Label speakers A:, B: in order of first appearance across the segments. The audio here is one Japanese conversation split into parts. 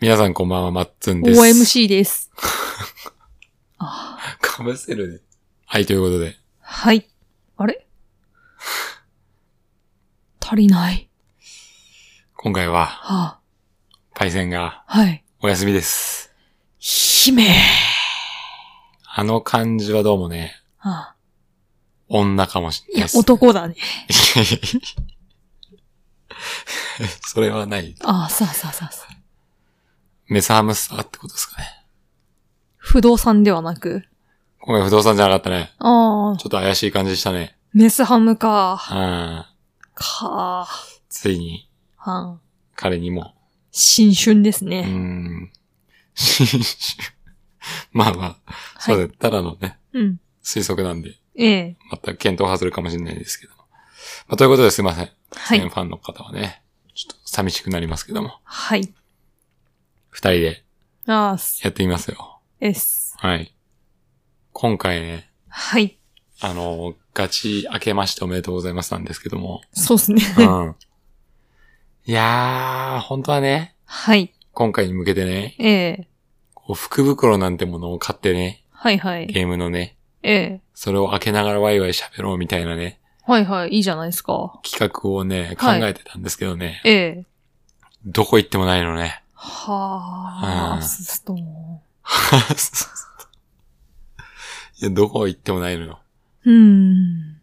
A: 皆さんこんばんは、まっつんです。
B: OMC です。あ
A: かぶせるね。はい、ということで。
B: はい。あれ足りない。
A: 今回は、
B: は
A: パイセンが
B: あ、はい。
A: お休みです。
B: 姫。
A: あの感じはどうもね、
B: はあ、
A: 女かもしれ
B: い
A: ない
B: や
A: で、す。
B: 男だね。
A: それはない。
B: ああ、さあさあさあさあ。
A: メスハムスターってことですかね。
B: 不動産ではなく。
A: 今回不動産じゃなかったね。
B: ああ、
A: ちょっと怪しい感じしたね。
B: メスハムか。
A: うん。
B: かあ。
A: ついに、
B: はあ、
A: 彼にも。
B: 新春です
A: うー
B: ね。
A: ん。 まあまあ、
B: は
A: そ
B: い。
A: うだ、ただのね、
B: うん。
A: 推測なんで、
B: ええ。
A: また検討外れかもしれないですけど。まあ、ということですいません。
B: は
A: フ
B: い。
A: ァンの方はね、ちょっと寂しくなりますけども、
B: はい。
A: 二人で
B: ああ、す、
A: やってみますよ。
B: です。
A: はい。今回ね、
B: はい。
A: あの、ガチ明けましておめでとうございますなんですけども、
B: そうですね。
A: うん。いやー、本当はね、
B: はい。
A: 今回に向けてね、
B: ええ。
A: こう福袋なんてものを買ってね、
B: はいはい。
A: ゲームのね、
B: ええ。
A: それを開けながらワイワイ喋ろうみたいなね、
B: はいはい。いいじゃないですか。
A: 企画をね、考
B: はい
A: えてたんですけどね、
B: ええ。
A: どこ行ってもないのね。
B: は
A: うん
B: あ、ストーン。
A: いや、どこ行ってもないのよ。
B: うーん。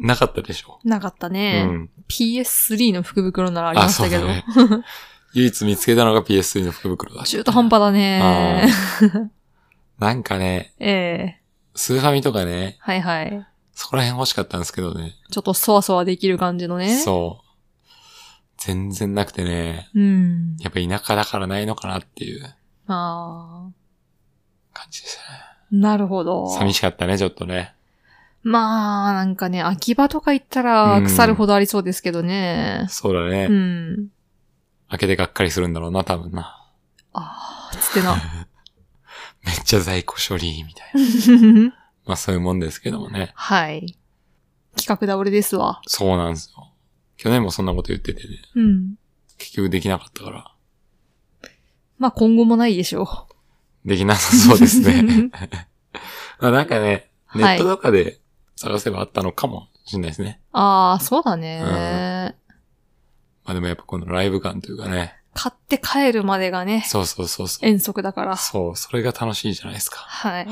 A: なかったでしょ。
B: なかった
A: う
B: ね。
A: ん。
B: PS3 の福袋ならありましたけど。
A: あ 唯一見つけたのが PS3 の福袋だ。
B: 中途半
A: 端。
B: 端だね。
A: なんかね、
B: ええ
A: スーファミとかね、
B: はいはい。
A: そこら辺欲しかったんですけどね。
B: ちょっとそわそわできる感じのね。
A: そう。全然なくてね、
B: う。ん。
A: やっぱ田舎だからないのかなっていう
B: あ
A: 感じでしたね。
B: ーなるほど。
A: 寂しかったね、ちょっとね。
B: まあ、なんかね、秋葉とか行った
A: う
B: ら
A: ん
B: 腐るほどありそうですけどね。
A: そうだね。
B: うん。
A: 開けてがっかりするんだろうな、多分な。
B: ああ、つってな。
A: めっちゃ在庫処理、みたいな。まあそういうもんですけどもね。
B: はい。企画倒れですわ。
A: そうなんですよ。去年もそんなこと言っててね、
B: うん。
A: 結局できなかったから。
B: まあ今後もないでしょう。
A: できなさそうです ね。まあなんかね、ネ
B: はい
A: ットとかで探せばあったのかもしれないですね。
B: ああ、そうだね、
A: まあでもやっぱこのライブ感というかね。
B: 買って帰るまでがね、
A: そうそうそうそう。
B: 遠足だから。
A: そう、それが楽しいじゃないですか。
B: はい。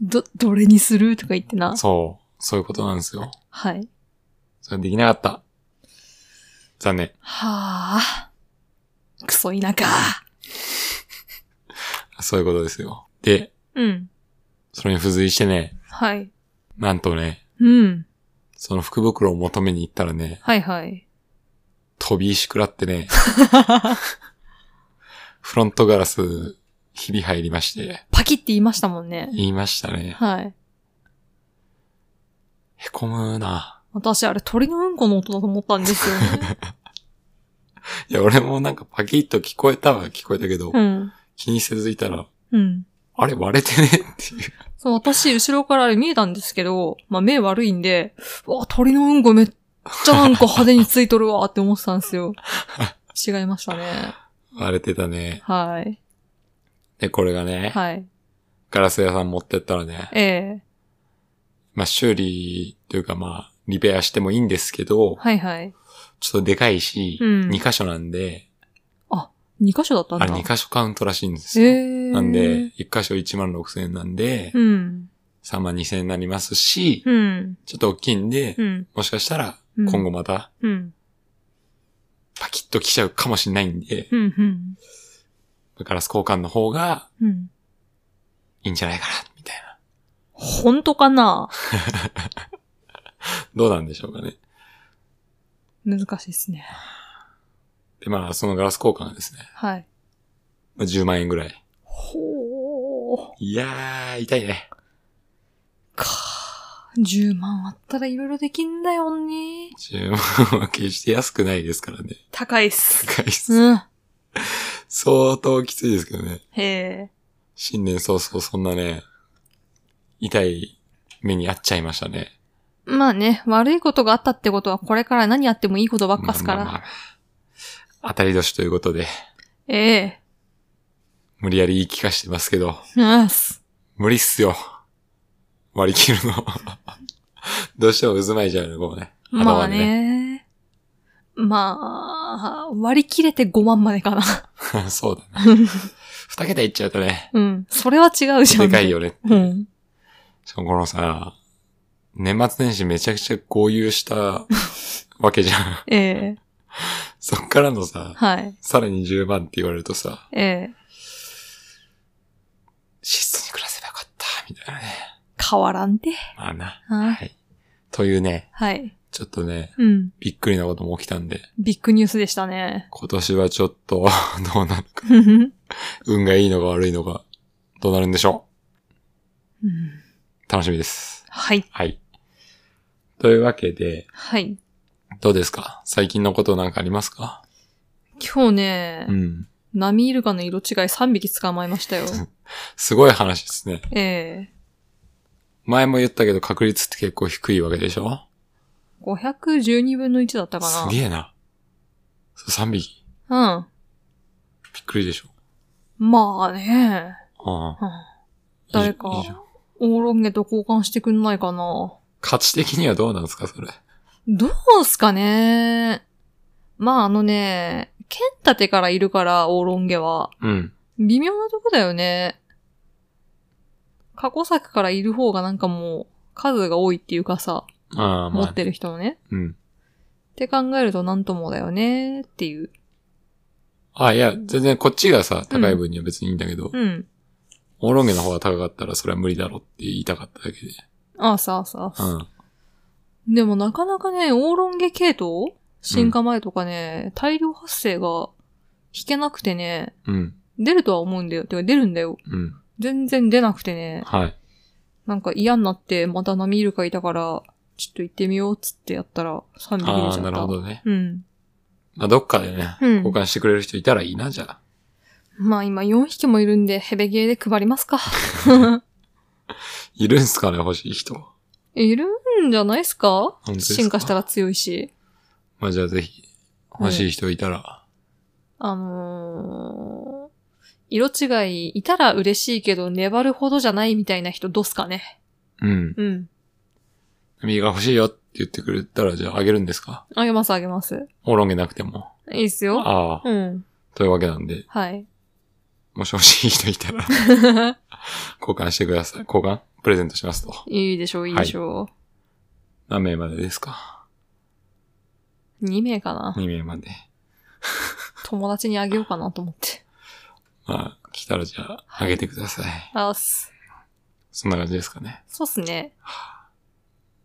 B: ど、どれにするとか言ってな。
A: そう、そういうことなんですよ。
B: はい。
A: それできなかった。残念。
B: はあ。クソ田舎。
A: そういうことですよ。で、
B: うん。
A: それに付随してね、
B: はい。
A: なんとね、
B: うん。
A: その福袋を求めに行ったらね、
B: はいはい。
A: 飛び石食らって ね、フロントガラス、ひび入りまして、
B: パキって言いましたもんね。
A: 言いましたね。
B: はい。
A: へこむな。
B: 私、あれ鳥のうんこの音だと思ったんですよ ね。
A: いや、俺もなんかパキッと聞こえたは聞こえたけど、
B: うん。
A: 気にせずいたら、
B: うん。
A: あれ割れてねっていう。
B: そう、私、後ろからあれ見えたんですけど、まあ目悪いんで、うわ、鳥のうんこめっちゃなんか派手についとるわって思ってたんです よ。違いましたね。
A: 割れてたね。
B: はい。
A: で、これがね、
B: はい。
A: ガラス屋さん持ってったらね、
B: ええ
A: まあ修理というかまあ、リペアしてもいいんですけど、
B: はいはい。
A: ちょっとでかいし、
B: うん
A: 2箇所なんで、
B: 二箇所だったん
A: あ
B: だ。
A: れ2箇所カウントらしいんです
B: え
A: よ。
B: え
A: なんで、、1箇所1万6千円なんで、
B: うん。
A: 3万2千円になりますし、
B: うん。
A: ちょっと大きいんで、
B: うん。
A: もしかしたら、
B: うん
A: 今後また、
B: うん。
A: パキッと来ちゃうかもしれないんで、
B: うん。うん。
A: ガラス交換の方が
B: うん。
A: いいんじゃないかな、みたいな。
B: 本当かな
A: どうなんでしょうかね。
B: 難しいですね。
A: で、まあ、そのガラス交換がですね、
B: はい。
A: まあ10万円ぐらい。
B: ほー。
A: いやー、痛いね。
B: かー10万あったらいろいろできんだよね。
A: 10万は決して安くないですからね。
B: 高いっす。
A: 高いっす
B: うん。
A: 相当きついですけどね。
B: へえ。
A: 新年早々そんなね、痛い目に遭っちゃいましたね。
B: まあね、悪いことがあったってことはこれから何やってもいいことばっかっすか
A: まあま
B: ら。
A: あまあ当たり年ということで、
B: ええ
A: 無理やり言い聞かしてますけど、
B: ナイス。
A: 無理っすよ。割り切るの。 どうしても渦巻いちゃうの、こうね。
B: まあ
A: 頭にね。
B: ね。まあ、割り切れて5万までかな。
A: そうだね。 二桁いっちゃうとね、
B: うん。それは違うじゃ
A: で
B: ん。
A: かい。よねっていう
B: うん。
A: しかもこのさ、年末年始めちゃくちゃ合流した わけじゃん。
B: ええ
A: そっからのさ、
B: はい。
A: さらに10万って言われるとさ、
B: ええ
A: 質に暮らせばよかった、みたいなね。
B: 変わらんで。
A: まあな。
B: はい。
A: はい。というね、
B: はい。
A: ちょっとね、
B: うん。
A: びっくりなことも起きたんで、
B: ビッグニュースでしたね。
A: 今年はちょっと、 どうなるか、
B: うん
A: 運がいいのか悪いのか、どうなるんでしょ
B: うん
A: う。楽しみです。
B: はい。
A: はい。というわけで、
B: はい。
A: どうですか最近のことなんかありますか
B: 今日ね、
A: うん。
B: ナミイルカの色違い3匹捕まえましたよ。
A: すごい話ですね。
B: ええ
A: 前も言ったけど確率って結構低いわけでしょ
B: 512分の1だったか
A: すげえな。そう3匹。
B: な。うん。
A: びっくりでしょ。
B: まあね。
A: ああ
B: うん誰か
A: いいじゃん
B: オーロンゲと交換してくんないかな。
A: 価値的にはどうなんですか、それ。
B: どうすかねまああのね、剣立てからいるから、オーロンゲは。
A: うん。
B: 微妙なとこだよね。過去作からいる方がなんかもう、数が多いっていうかさ、
A: ああ、ま
B: 持
A: あ。
B: ってる人のね。
A: うん。
B: って考えるとなんともだよねっていう。
A: あ、いや、全然こっちがさ、高い分には別にいいんだけど、
B: うん。
A: オーロンゲの方が高かったらそれは無理だろって言いたかっただけで。
B: ああさあさあ。
A: うん。
B: でもなかなかね、オーロンゲ系統進化前とかね、大量発生が引けなくてね、
A: うん。
B: 出るとは思うんだよ。てか出るんだよ。
A: うん。
B: 全然出なくてね、
A: はい。
B: なんか嫌になってまた波イルカいたから、ちょっと行ってみようっつってやったら3匹出ちゃ
A: あ
B: っ
A: あ、
B: た。
A: なるほどね。
B: うん。
A: まあ、どっかでね、
B: うん
A: 交換してくれる人いたらいいな、じゃあ。
B: まあ今4匹もいるんで、ヘベゲーで配りますか。
A: いるんすかね、欲しい人。
B: いるんじゃないっすか
A: 当ですか
B: 進化したら強いし。
A: まあ、じゃあぜひ、欲しい人いたら。
B: あのー、色違いいたら嬉しいけど、粘るほどじゃないみたいな人どうすかね。
A: うん。
B: うん。
A: 右が欲しいよって言ってくれたら、じゃああげるんですか
B: あげますあげます。
A: オーロンゲなくても。
B: いいっすよ。
A: ああ、
B: うん。
A: というわけなんで、
B: はい。
A: もし欲しい人いたら、 交換してください。交換プレゼントしますと。
B: いいでしょう、いいでしょ
A: 何名までですか
B: う。2名かな。
A: ?2 名まで。
B: 友達にあげようかなと思って。
A: まあ、来たらじゃあ、あげてください。
B: あーす。
A: そんな感じですかね。
B: そうっすね。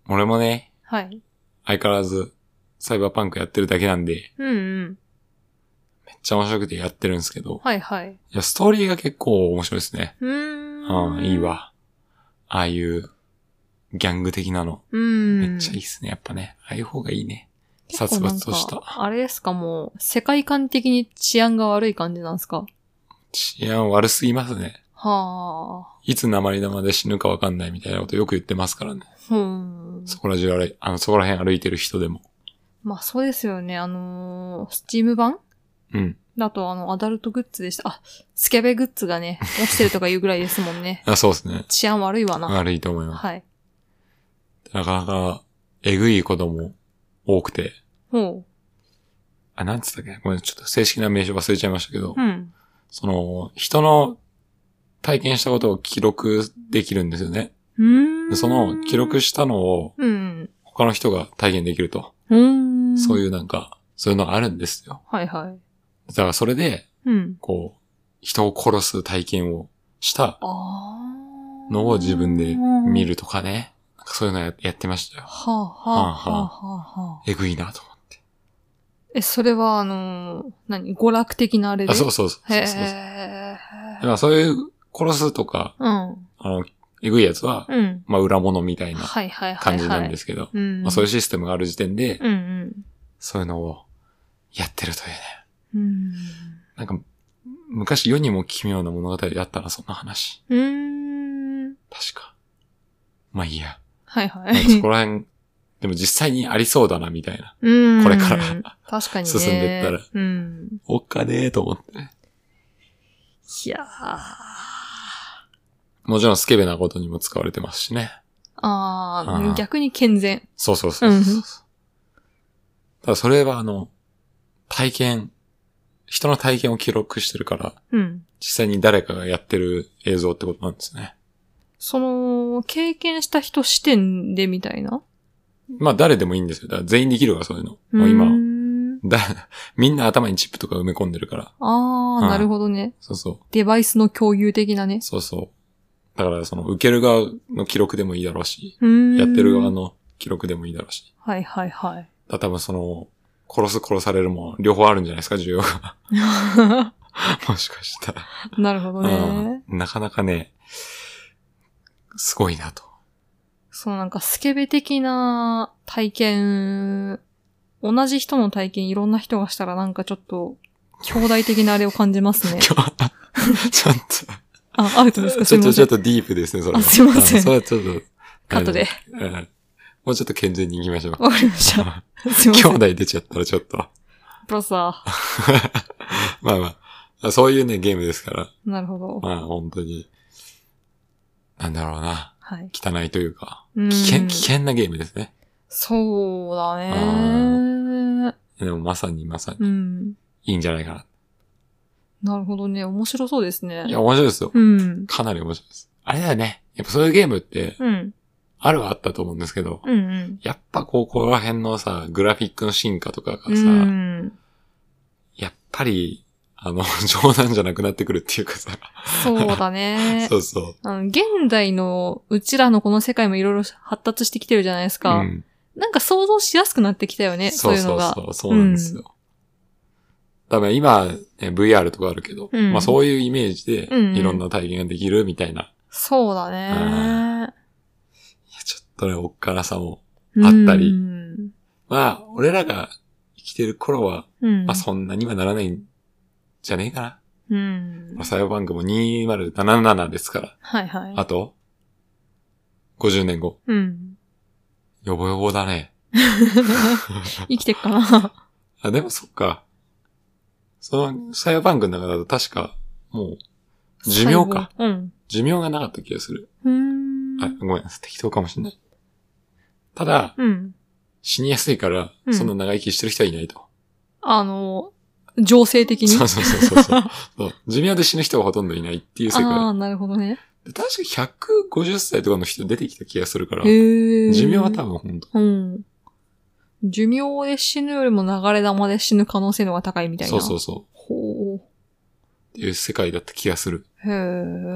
A: 俺もね、
B: はい。
A: 相変わらず、サイバーパンクやってるだけなんで、
B: うんうん。
A: めっちゃ面白くてやってるんですけど、
B: はいはい。
A: いや、ストーリーが結構面白いですね。
B: うーん。
A: うん、いい。わ。ああいう、ギャング的なの。
B: うん。
A: めっちゃいいっすね、やっぱね。ああいう方がいいね。殺
B: 結構なん
A: 伐
B: か
A: とした。
B: あれですか、もう、世界観的に治安が悪い感じなんですか。
A: 治安悪すぎますね。
B: はあ。
A: いつ鉛玉で死ぬかわかんないみたいなことよく言ってますからね。
B: ふーん。
A: そこら中歩い、あの、そこら辺歩いてる人でも。
B: まあそうですよね。あのー、スチーム版
A: うん。。
B: だとあの、アダルトグッズでした。あ、スケベグッズがね、落ちてるとかいうぐらいですもんね
A: あ、そうですね。
B: 治安悪いわな。
A: 悪いと思います。
B: はい。
A: なかなか、えぐいことも多くて。
B: ほ
A: あ、なんつったっけごめん、ちょっと正式な名称忘れちゃいましたけど、
B: う。うん。
A: その、人の体験したことを記録できるんですよね。
B: うー
A: で
B: ん。
A: その、記録
B: し、
A: したのを
B: うん。
A: 他の人が体験できると。
B: うーん。
A: そう
B: う。
A: いうなんか、そういうのがあるんですよ。
B: はいはい。
A: だからそれで、
B: うん。
A: こう、人を殺す体験をした
B: ああ。
A: のを自分で見。るとかね。なんかそういうのややってましたよ。
B: はあはあはあはあはあ。
A: えぐいなと思って。
B: え、それはあのー、何娯楽的なあれで
A: あ、そうそうそうそう
B: へ
A: そう
B: え。
A: まあそういう殺すとか、
B: うん。
A: あの、えぐいやつは、
B: うん。
A: まあ裏物みたいな
B: はいはいはい。。
A: 感じなんですすけど、
B: うん。
A: まあそういうシステムがある時点で、
B: うんうん。
A: そういうのをやってるというね。
B: うん。
A: なんか、昔世にも奇妙な物語だったな、そんな話。
B: うーん。
A: 確か。まあいいや。
B: はいは
A: なんかそ
B: い。
A: こら辺、 でも実際にありそうだな、みたいな。
B: うん。
A: これから
B: 確かにね。
A: 進んでったら
B: うん。
A: おっかねえと思ってね。
B: いやー。
A: もちろんスケベなことにも使われてますしね。
B: あ
A: あ
B: ー
A: ー
B: 逆に健全。
A: そうそうそうそうそう。ただそれはあの、体験、人の体験を記録してるから、
B: うん。
A: 実際に誰かがやってる映像ってことなんですね。
B: その、経験した人視点でみたいな。
A: まあ誰でもいいんですよ。だから全員できるからそういうの。もう今
B: うー、ん
A: だ、 みんな頭にチップとか埋め込んでるから。
B: あ
A: う
B: あ、
A: ん
B: なるほどね。
A: そうそう。
B: デバイスの共有的なね。
A: そうそう。だからその受ける側の記録でもいいだろうし、
B: うーん
A: やってる側。の記録でもいいだろうし。
B: はいはいはい。
A: だから多分その、殺す殺されるも両方あるんじゃないですか、需要が。 もしかしたら。
B: なるほどね。
A: うん。なかなかね、すごいなと。。
B: そのなんかスケベ的な体験、同じ人の体験いろんな人がしたらなんかちょっと、兄弟的なあれを感じますね
A: 今日、 ちょっと
B: あ、アウトですか、す
A: ち
B: い
A: ょっ
B: ま
A: と、ち
B: せ
A: ょっ
B: ん。
A: とディープですね、それは。
B: あすいません
A: うそれはちょっと、
B: カットで。
A: うん。もうちょっと健全に行きましょう。
B: わかりました。すいま せ
A: 兄
B: ん。
A: 弟出ちゃったらちょっと。
B: プロさ。
A: まあまあ、そういうね、ゲームですから。
B: なるほど。
A: まあ本当に、なんだろうな。
B: はい。
A: 汚いというか、
B: 危
A: 危険、危。険なゲームですね。
B: そうだね
A: あ。でもまさにまさに、
B: うん。
A: いいんじゃないか
B: なるほどね。面白そうですね
A: な。い。や、面白いですよ。
B: うん。
A: かなり面白いです。あれだよね。やっぱそういうゲームって、
B: うん。
A: あるはあったと思うんですけど、
B: うんうん。
A: やっぱこう、ここら辺のさ、グラフィックの進化とかがさ、
B: うん。
A: やっぱり、あの、 冗談じゃなくなってくるっていうかさ、。
B: そうだね
A: そうそう。
B: あの現代のうちらのこの世界もいろいろ発達してきてるじゃないですか。
A: うん、
B: なんか想像しやすくなってきたよね、そういうの
A: そう
B: が。
A: そうそう、そうなんですよ。多分今、ね、VR とかあるけど、
B: うん
A: まあそういうイメージで
B: うんうん
A: いろんな体験ができるみたいな、
B: そうだね。
A: いやちょっとね、おっかなさも。
B: うん
A: あったり
B: うん。
A: まあ、俺らが生きてる頃は、
B: うん
A: まあそんなにはならないんじゃねえかな。
B: うん
A: まあ、。サイバーバンクも2077ですから、
B: はいはい。
A: あと、50年後、
B: うん。
A: よぼよぼだね。
B: 生きてっかな。
A: あ、でもそっか。その、サイバーバンクの中だと確か、もう、寿命か。
B: 最後。うん。
A: 寿命がなかった気がする。
B: うーん。
A: あ、ごめん、適当かもしれない。ただ、
B: うん。
A: 死にやすいから、
B: うん
A: そんな長生きしてる人はいないと。
B: あの、情勢的に。
A: そうそうそうそうそう。寿命で死ぬ人はほとんどいないっていう世
B: ああ、
A: 界。
B: なるほどね。
A: で確か150歳とかの人出てきた気がするから、
B: へえ。
A: 寿命は多分ほんと。
B: うん。寿命で死ぬよりも流れ玉で死ぬ可能性の方が高いみたいな。
A: そうそうそう。
B: ほう。
A: っていう世界だった気がする。
B: へえ。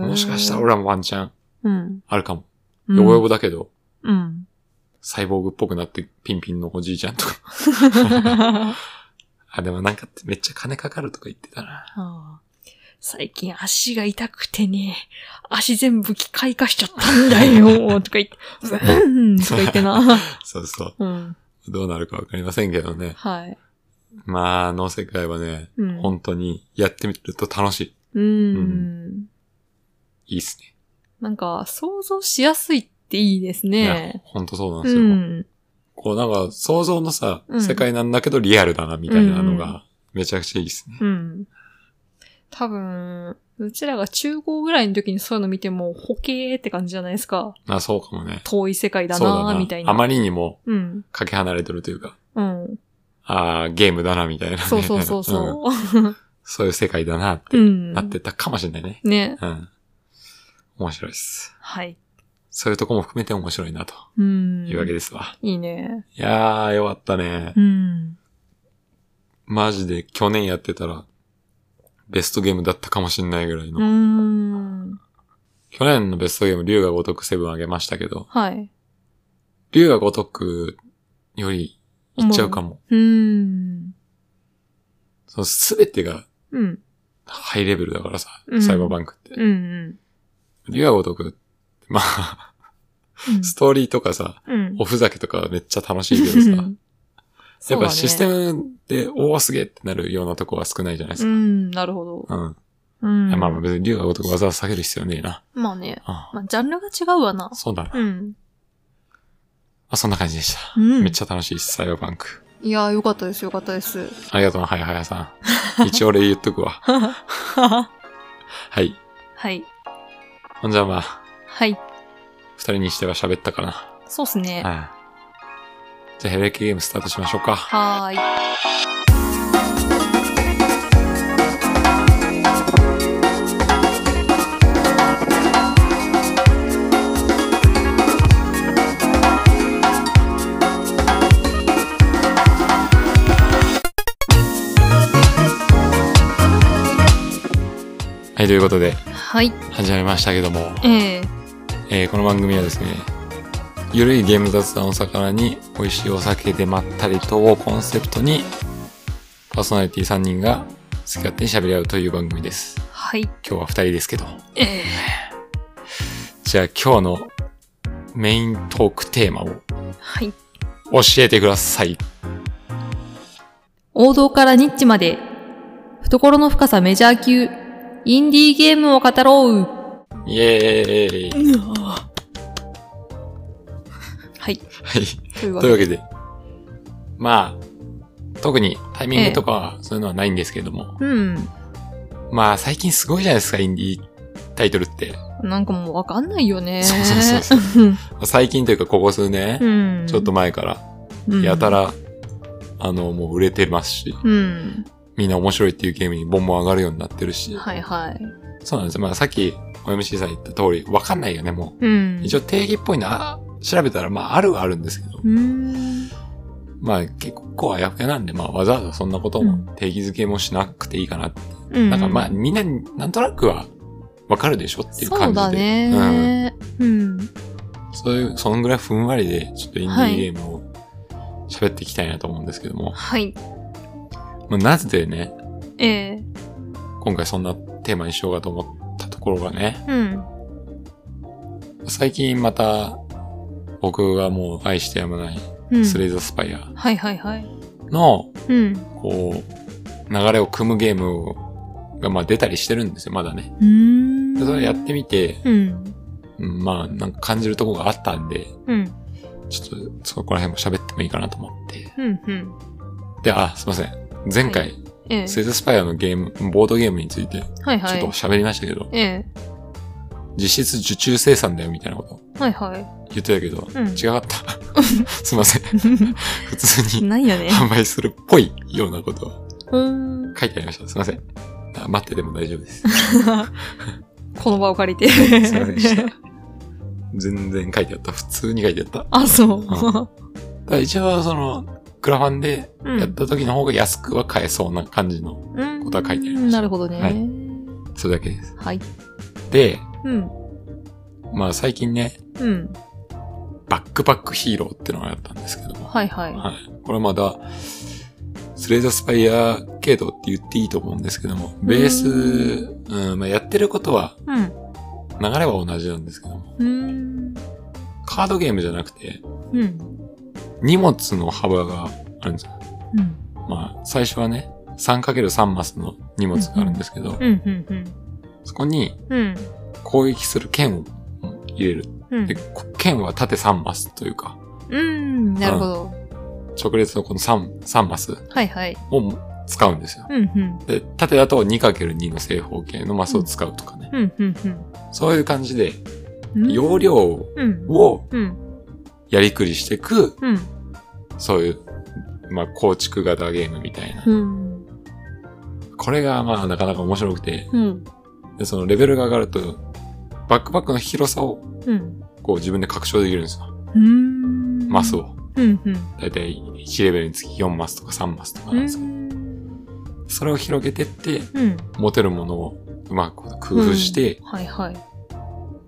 A: もしかしたら、俺らもワンチャン
B: うん。
A: あるかも。
B: うん
A: よぼよぼだけど、
B: うん。
A: サイボーグっぽくなってピンピンのおじいちゃんとか。
B: あ
A: あ、でもなんかめっちゃ金かかるとか言ってたな。
B: あ最近足が痛くてね、足全部機械化しちゃったん だよ、とか言って、うん、とか言ってな。
A: そうそ
B: うん。
A: う。どうなるかわかりませんけどね。
B: はい。
A: まあ、あの世界はね、
B: うん。
A: 本当にやってみると楽し
B: うん。
A: い。いいっすね。
B: なんか、想像しやすいっていいです
A: い
B: ね
A: や。本当そうなんで
B: う
A: すよ。
B: ん。
A: こうなんか想像のさ、
B: うん
A: 世界なんだけどリアルだなみたいなの
B: うんう
A: がめちゃくちゃいいっすね。
B: うん。多分、うちらが中高ぐらいの時にそういうの見ても、ほけーって感じじゃないですか。
A: あ、そうかもね。
B: 遠い世界だ
A: そうだ
B: な
A: な。
B: ーみたいな。
A: あまりにも
B: うん。
A: かけ離れてるというか、
B: うん。
A: ああ、ゲームだなみたいなね、
B: そうそうそ う
A: ん
B: そ
A: そういう世界だなっ
B: う。
A: て
B: うん。
A: なってたかもしれないね。
B: ね。
A: うん。面白いっす。
B: はい。
A: そういうとこも含めて面白いなと
B: うん。
A: いうわけですわ。
B: いいね。
A: いやー、よかったね
B: う。ん。
A: マジで去年やってたら、ベストゲームだったかもしんないぐらいうの。
B: ん。
A: 去年のベストゲーム、竜が如くセブンあげましたけど、
B: はい。
A: 竜が如くよりいっちゃうかも。
B: うん。
A: そのすべてが
B: うん。
A: ハイレベルだからさ、
B: うん
A: サイバーバンクって。
B: うん。うん
A: 竜が如く、まあ、ストーリーとかさ、
B: うん。
A: おふざけとかはめっちゃ楽しいけどさ、や
B: そ
A: っ
B: うだ
A: ぱ
B: ね
A: システムで、おおすげえってなるようなとこは少ないじゃないで
B: う
A: すか。
B: ん、なるほど。
A: うん。
B: うん。
A: まあまあ別に竜が如くわざわざ下げる必要ねえな。
B: まあね。
A: あ
B: まあ、ジャンルが違うわな。
A: そうだな。ま
B: うん。
A: あそんな感じでした。
B: うん
A: めっちゃ楽しいです、サイバーバンク。
B: いやー、よかったです、よかったです。
A: ありがとうな、はいはいはいさん。一応俺言っとくわ。はい。
B: はい。
A: ほんじゃまあ、
B: はい。
A: 二人にしては喋ったかな。
B: そうっすね。
A: はい。じゃあヘレキゲームスタートしましょうか。
B: はーい。
A: はい、ということで、
B: はい。
A: 始まりましたけども、
B: ええ
A: えーこの番組はですね、ゆるいゲーム雑談を魚に、美味しいお酒でまったりとをコンセプトに、パーソナリティ3人が好き勝手に喋り合うという番組です。
B: はい。
A: 今日は2人ですけど。
B: ええ
A: じゃあ今日のメイントークテーマを
B: はい。
A: 教えてください。
B: 王道からニッチまで。懐の深さメジャー級。インディーゲームを語ろ
A: イエーイ
B: う。はい。
A: はい。
B: というわ
A: という
B: け
A: わ
B: で。
A: けで、まあ、特にタイミングとかはそういうのはないんですけれども、
B: うん。
A: まあ最近すごいじゃないですか、インディータイトルって。
B: なんかもうわかんないよね。
A: そうそうそう
B: そう。
A: 最近というかここ数年、
B: うん。
A: ちょっと前から、
B: うん、
A: やたら、あの、もう売れてますし、
B: うん。
A: みんな面白いっていうゲームにボンボン上がるようになってるし、
B: はいはい。
A: そうなんですよ。まあさっき OMC さん言った通り、わかんないよね、も
B: うん。
A: う。一応定義っぽいな、調べたら、まああるはあるんですけど、
B: うーん。
A: まあ結構あやふやなんで、まあわざわざそんなことも定義づけもしなくていいかなって。
B: うん。
A: なんかまあみんななんとなくはわかるでしょっていう
B: そ
A: 感
B: う
A: じで。
B: だね。うん。
A: うん。そういう、そんぐらいふんわりで、ちょっとインディ
B: は
A: ー
B: い
A: ゲームを喋っていきたいなと思うんですけども、
B: はい。
A: まあなぜでね、
B: ええ
A: 今回そんなテーマにしようかと思ったところがね、
B: うん。
A: 最近また僕がもう愛してやまない
B: うん。
A: スレイザースパイア
B: はいはいはい。
A: の、
B: うん。
A: こう、流れを組むゲームがまあ出たりしてるんですよ、まだね。
B: うー
A: で
B: ん。
A: それやってみて、
B: うん。
A: うんまあなんか感じるとこがあったんで、
B: うん。
A: ちょっとそこら辺も喋ってもいいかなと思って。
B: うん。うん。
A: で、あ、すいません。前
B: は
A: 回、
B: ええ
A: スイーズスパイアのゲーム、ボードゲームについて、ちょ
B: はいは
A: っ
B: い。
A: と喋りましたけど、
B: ええ
A: 実質受注生産だよみたいなこと
B: はいはい。
A: 言ってたけど、
B: うん
A: 違か った。すいません。普通に
B: ないよね。
A: 販売するっぽいようなことを
B: うーん。
A: 書いてありました。すいません。あ待ってても大丈夫 です。
B: この場を借りて。
A: すいませんでした。全然書いてあった。普通に書いてあった。
B: あ、そう。
A: ただ一応、その、クラファンで
B: うん
A: やった時の方が安くは買えそうな感じの、
B: うん
A: ことは書いてありました
B: なるほどね。
A: は
B: はいい。
A: それだけです。で、
B: うん。
A: まあ最近ね、
B: うん。
A: バックパックヒーローってのがあったんですけども、
B: はいはい。
A: はい。これまだ、スレイザースパイア系統って言っていいと思うんですけども、ベース、うん、まあやってることは、
B: うん。
A: 流れは同じなんですけども、
B: うーん。
A: カードゲームじゃなくて、
B: うん。
A: 荷物の幅があるんですよ。
B: うん。
A: まあ最初はね、3×3 マスの荷物があるんですけど
B: う、ん。うん。うん。
A: そこに
B: うん。
A: 攻撃する剣を入れる。
B: うん
A: で、こ剣は縦3マスというか、
B: うん。なるほど。
A: 直列のこの3、3マス
B: はいはい。
A: を使うんですよ。
B: うん。うん。
A: で、縦だと 2×2 の正方形のマスを使うとかね。
B: うん。うん。
A: そういう感じで、
B: うん。
A: 容量を
B: うん。うん。
A: やりくりしていく、
B: うん。
A: そういう、まあ、構築型ゲームみたいな
B: う。ん。
A: これが、まあ、なかなか面白くて、
B: うん。
A: で、そのレベルが上がると、バックパックの広さを、
B: うん。
A: こう自分で拡張できるんですよ。
B: うん。
A: マス。を。
B: うん。うん。
A: だいたい1レベルにつき4マスとか3マスとか
B: う
A: なん
B: ん
A: ですけど、それを広げてって、
B: うん。
A: 持てるものをうまく工夫して、
B: はいはい。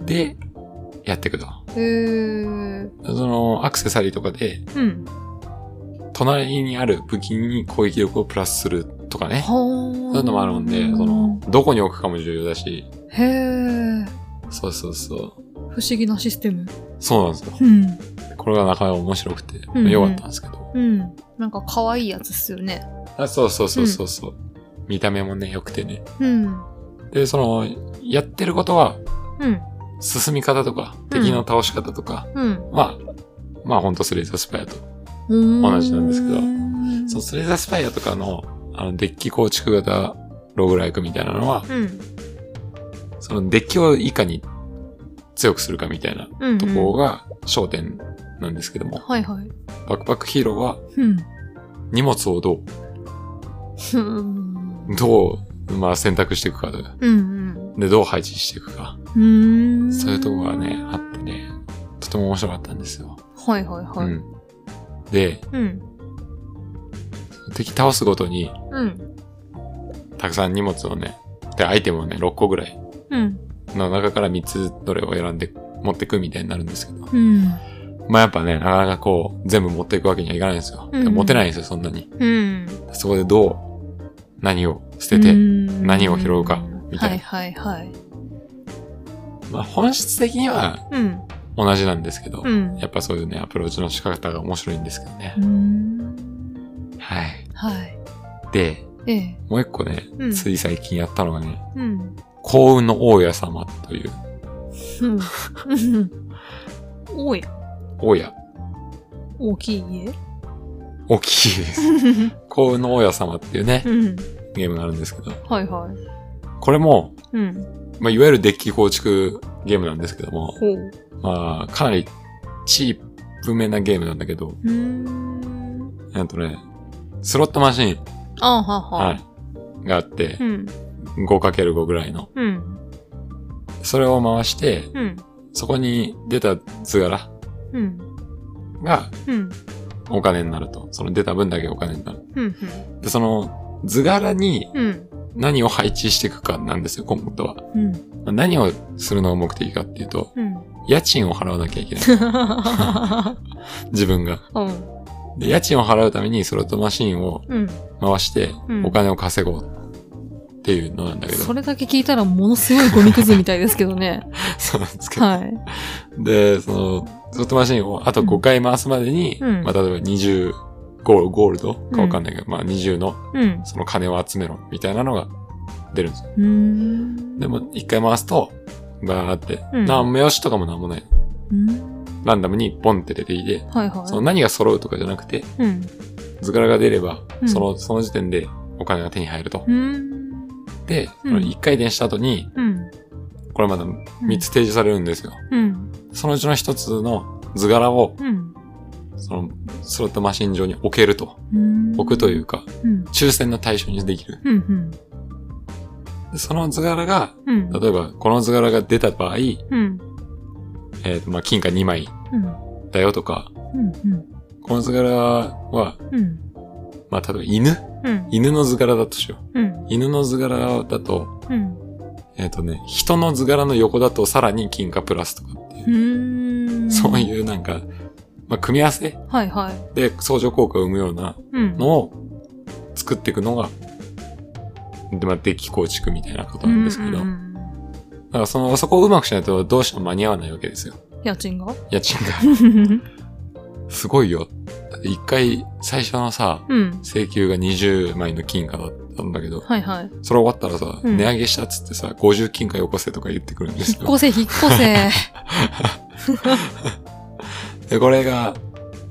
A: で、やっていくと。
B: えー。
A: その、アクセサリーとかで、
B: うん。
A: 隣にある武器に攻撃力をプラスするとかね。そ
B: そう
A: いうのもあるんで、その、、どこに置くかも重要だし、
B: へえ、
A: そうそうそう。
B: 不思議なシステム。
A: そうなんですよ。
B: うん。
A: これがなかなか面白くて、
B: んうん
A: 良かったんですけど。
B: うん。なんか可愛いやつっすよね。
A: あそうそうそうそうそう。見た目もね、良くてね。
B: うん。
A: で、その、やってることは、
B: うん。
A: 進み方とか、敵の倒し方とか、
B: うん。
A: まあ、まあほんとスレイザースパイアと。同
B: 同
A: じなんですけど
B: ど
A: そう、スレイザースパイアとかの、あの、デッキ構築型ローグライクみたいなのは、
B: うん。
A: そのデッキをいかに強くするかみたいな
B: うん、うん。
A: ところが焦点なんですけども、
B: はいはい。
A: バックパックヒーローは
B: うん。
A: 荷物をど
B: うん。
A: う、どう、まあ選択していくかとか、
B: うん
A: で、どう配置していくか、
B: うん。うーん。
A: そういうところがね、あってね、とても面白かったんですよ。
B: はいはいはい。
A: う
B: うん。
A: ん。で、
B: うん。
A: 敵倒すごとに、
B: うん。
A: たくさん荷物をね、で、アイテムをね、6個ぐらい
B: うん。
A: の中から3つどれを選んで持ってくみたいになるんですけど、
B: うん。
A: まあやっぱね、なかなかこう、全部持っていくわけにはいかないんですよ。
B: うんうん
A: 持てないんですよ、そんなに。
B: うん。
A: そこでどう、何を捨てて、何
B: 何
A: を拾うかみたいな
B: はいはいはい。
A: まあ本質的には
B: うん。
A: 同じなんですけど、
B: うん。
A: やっぱそういうね、アプローチの仕方が面白いんですけどね
B: うー。ん。
A: はい。
B: はい。
A: で、
B: ええ。
A: もう一個ね、
B: うん
A: つい最近やったのがね、
B: うん。
A: 幸運の大家様という、
B: うん。 おや、
A: 大家、
B: 大きい家
A: 大きいです。幸運の大家様っていうね、
B: うん。
A: ゲームがあるんですけど、
B: はいはい。
A: これも、
B: うん。
A: まあ、いわゆるデッキ構築ゲームなんですけども、
B: ほう。
A: まあ、かなりチープめなゲームなんだけど、
B: うーん。
A: えっとね、スロットマシン、
B: あはは。
A: はい、があって
B: う、ん。
A: 5×5 ぐらいの。
B: うん。
A: それを回して、
B: うん。
A: そこに出た図柄
B: うん。
A: が
B: うん。
A: お金になると。その出た分だけお金になる。
B: うん。
A: で、その図柄に
B: うん。
A: 何を配置していくかなんですよ、今度は。
B: うん。
A: まあ何をするのが目的かっていうと、
B: うん。
A: 家賃を払わなきゃいけ ない。自分が。
B: うん。
A: で、家賃を払うためにスロットマシンを
B: うん。
A: 回して
B: うん
A: お金を稼ごうっていうのなんだけど。
B: それだけ聞いたらものすごいゴミくずみたいですけどね。
A: そうなんですけど。
B: はい。
A: で、その、スロットマシンをあと5回回すまでに、
B: うん
A: まあ、例えば20ゴール、ゴールドかわかんないけど、まあ20の
B: うん。
A: その金を集めろみたいなのが出るんですよ。
B: うーん。
A: でも、1回回すと、バーって、
B: うん
A: なん目押しとかもなんもない。
B: うん。
A: ランダムにボンって出てきて、
B: はいはい。
A: その何が揃うとかじゃなくて、
B: うん。
A: 図柄が出れば、
B: うん
A: その、その時点でお金が手に入ると。
B: うん。
A: で、そ
B: うん
A: の1回転した後に、
B: うん。
A: これまだ3つ提示されるんですよ。
B: うん。
A: そのうちの1つの図柄を、
B: うん。
A: その、スロットマシン上に置けると。
B: うん。
A: 置くというか、
B: うん。
A: 抽選の対象にできる。
B: うん。
A: でその図柄が、
B: うん。うん。
A: 例えば、この図柄が出た場合、えっ、
B: うん。
A: と、まあ、金貨2枚
B: うん。
A: だよとか、
B: うん。
A: この図柄は、
B: うん。
A: まあ、例えば犬
B: うん。
A: 犬の図柄だとしよう。
B: うん。
A: 犬の図柄だと、
B: うん。
A: えっ、とね、人の図柄の横だとさらに金貨プラスとかっていう、
B: うん。
A: そう
B: う。
A: いうなんか、まあ、組み合わせ
B: はいはい。
A: で相乗効果を生むような
B: うん。
A: のを作っていくのが、でまあ、デッキ構築みたいなことなんですけど、だからその、そこをうまくしないとどうしても間に合わないわけですよ。
B: 家賃が
A: 家賃が。すごいよ。だって一回、最初のさ、
B: うん。
A: 請求が20枚の金貨だったんだけど、
B: はいはい。
A: それ終わったらさ、
B: うん
A: 値上げしたっつってさ、50金貨よこせとか言ってくるんです
B: 引っ
A: よ。
B: 越せ、引っ越せ。
A: で、これが、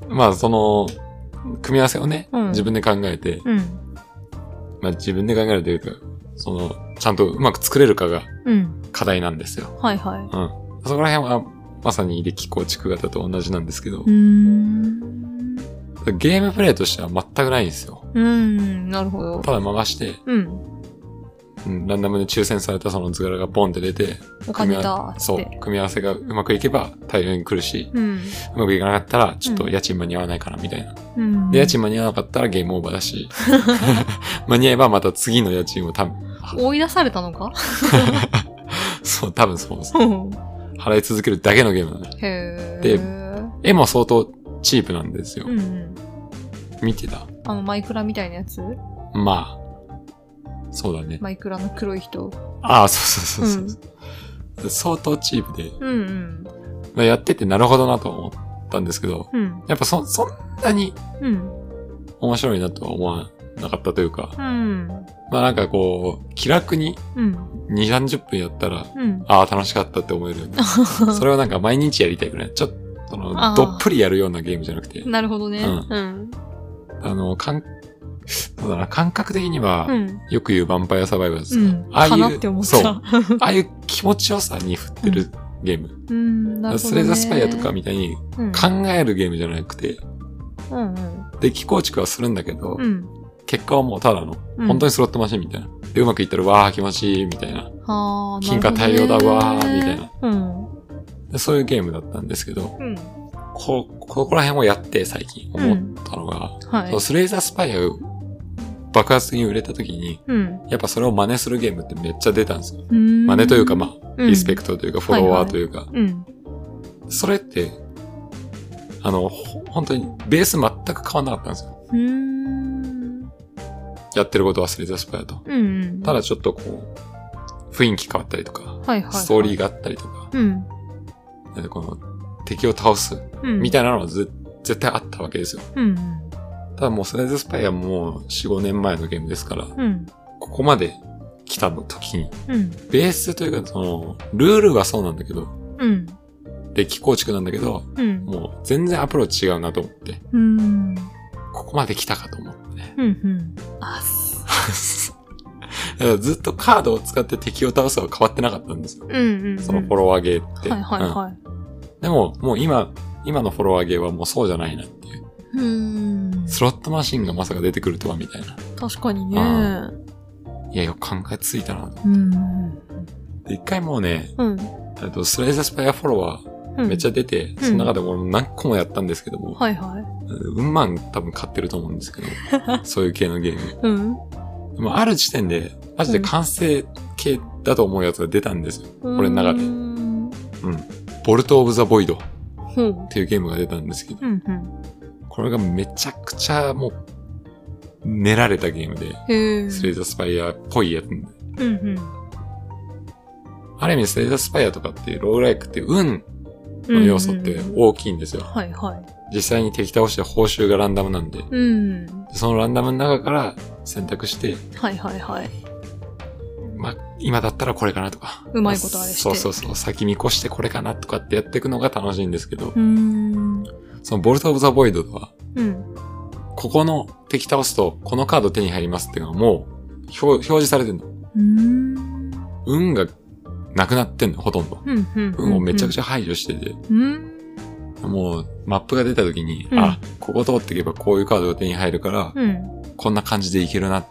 A: まあその、組み合わせをね、
B: うん
A: 自分で考えて、
B: うん。
A: まあ自分で考えるというか、その、ちゃんとうまく作れるかが
B: うん。
A: 課題なんですよ。
B: はいはい。
A: うん。そこら辺は、まさにデッキ構築型と同じなんですけど
B: う、ん。
A: ゲームプレイとしては全くないんですよ。
B: うん。なるほど。
A: ただ回して、
B: うん。
A: うんランダムで抽選されたその図柄がボンって出て、
B: お金だ。
A: そ
B: っ
A: う
B: て。、
A: 組み合わせがうまくいけば大量に来るし、
B: うん。
A: うまくいかなかったら、ちょっと家賃間に合わないかな、みたいな。
B: うん。
A: で、家賃間に合わなかったらゲームオーバーだ し、間に合えばまた次の家賃をた、
B: 追い出されたのか
A: そう、多分そうです。
B: うん。
A: 払い続けるだけのゲームなの。
B: へー。
A: で絵も相当チープなんですよ
B: う。んうん。
A: 見てた
B: あの、マイクラみたいなやつ
A: まあ、そうだね。
B: マイクラの黒い人。
A: ああ、そうそうそうそう。相当チープで、
B: うんうん。
A: まあ、やっててなるほどなと思ったんですけど、
B: うん。
A: やっぱそ、そんなに
B: うん。
A: 面白いなとは思わなかったというか、
B: うん。
A: まあなんかこう、気楽に
B: うん。
A: 2、30分やったら、
B: うん。
A: ああ、楽しかったって思えるよ ね。それはなんか毎日やりたいぐらい。ちょっと、その
B: あー
A: どっぷりやるようなゲームじゃなくて、
B: なるほどね。
A: う
B: うん。
A: あの、感そうだな、感覚的には、
B: うん。
A: よく言うヴァンパイアサバイバーズ
B: う
A: が、
B: ん。
A: ああいう
B: かなって思っ
A: そ
B: た
A: う。ああいう気持ちよさに振ってるゲーム。
B: うん、なるほど、ね。
A: スレザースパイアとかみたいに
B: うん、
A: 考えるゲームじゃなくて、
B: うんうん。
A: で、気構築はするんだけど、
B: うん。
A: 結果はもうただの、
B: うん
A: 本当にスロットマシンみたいな。で、うまくいったら、わー気持ちいい、みたいな。
B: あー
A: 金貨大量だわーみたいな。
B: るほどね
A: でそういうゲームだったんですけど、
B: うん。うん。
A: こ、ここら辺をやって最近思ったのが、
B: はい
A: その。スレイザースパイアが爆発的に売れた時に、
B: うん。
A: やっぱそれを真似するゲームってめっちゃ出たんですよ。
B: 真
A: 真似というか、まあ、
B: あ
A: リスペク
B: ト。
A: トというか、フォロ
B: はい
A: ワ
B: は
A: ー
B: い
A: というか、
B: うん。
A: それって、あの、ほ本当にベース全く変わんなかったんですよ。
B: うーん。
A: やってることはスレイザースパイアと。
B: うんうん。
A: ただちょっとこう、雰囲気変わったりとか、
B: はいはい。
A: ストーリー
B: が。
A: があったりとか、
B: うん。
A: なんでこの敵を倒す
B: うん。
A: みたいなのはず絶対あったわけですよ。
B: うん。
A: ただもうスレイザースパイアもう4、5年前のゲームですから、
B: うん。
A: ここまで来た時に、
B: うん。
A: ベースというかその、ルールはそうなんだけど、
B: うん。
A: で、気構築なんだけど、
B: うん。
A: もう全然アプローチ違うなと思って、
B: うん。
A: ここまで来たかと思ってね。
B: うん。うん。あっす。
A: だからずっとカードを使って敵を倒すは変わってなかったんですよ。
B: うんうんうん。
A: そのフォロワーゲーって。
B: はいはい
A: うん
B: はい。
A: でも、もう今、今のフォロワーゲーはもうそうじゃないなっていう。
B: うーん。
A: スロットマシンがまさか出てくるとは、みたいな。
B: 確かにね。
A: あいや、よく考えついたなと。
B: うん。
A: で一回もうね、
B: うん。
A: えっとスレイザースパイアフォロワ
B: うん
A: ーめっちゃ出て、その中でも俺も何個もやったんですけども、
B: はいはい。
A: うんまん多分買ってると思うんですけど、そういう系のゲーム。
B: うん。
A: でもある時点で、マジで完成系だと思うやつが出たんですよ。俺の中で
B: うーん
A: ボルト・オブ・ザ・ボイドっ
B: ほう。
A: ていうゲームが出たんですけど、
B: うんうん。
A: これがめちゃくちゃもう、練られたゲームで、
B: へえ。
A: スレイザースパイアっぽいやつなんで。
B: うんうん。
A: ある意味スレイザースパイアとかっていうローグライクって運の要素って
B: うんうん
A: 大きいんですよ。
B: はいはい。
A: 実際に敵倒して報酬がランダムなんで、
B: うん。
A: そのランダムの中から選択して、
B: はいはいはい。
A: まあ、今だったらこれかなとか。
B: うまいことあれして
A: そうそうそう。先見越してこれかなとかってやっていくのが楽しいんですけど
B: う、ーん。
A: そのボルト・オブ・ザ・ボイドとは、
B: うん。
A: ここの敵倒すと、このカード手に入りますっていうのはもう、表表示されてんの。
B: うーん。
A: 運がなくなってんの、ほとんど。
B: うんうん。
A: 運をめちゃくち
B: ゃ。
A: ゃ排除してて、
B: うん。
A: もう、マップが出た時に、
B: うん
A: あ、ここ通っていけばこういうカードが手に入るから、
B: うん。
A: こんな感じでいけるなっ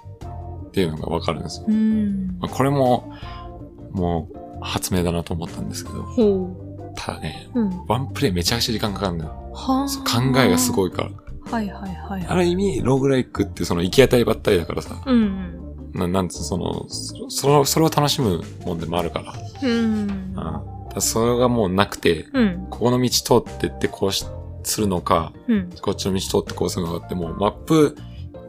A: ていうのがわかるんですよ。
B: うん。
A: まあ、これも、もう、発明だなと思ったんですけど、
B: ほ
A: ただね、
B: う。うん。
A: ワンプレイめちゃくちゃ時間かかるんだよ。
B: はあ。
A: そう考えがすごいから。
B: はいはいはい
A: あ
B: は
A: る
B: い。
A: 意味、ローグライクってその行き当たりばったりだからさ、
B: うんうん。
A: ななんつう、その、そその、それを楽しむもんでもあるから。
B: うん。
A: うん。だからそれがもうなくて、
B: うん。
A: ここの道通ってってこうしするのか、
B: うん。
A: こっちの道通ってこうするのかってもうマップ、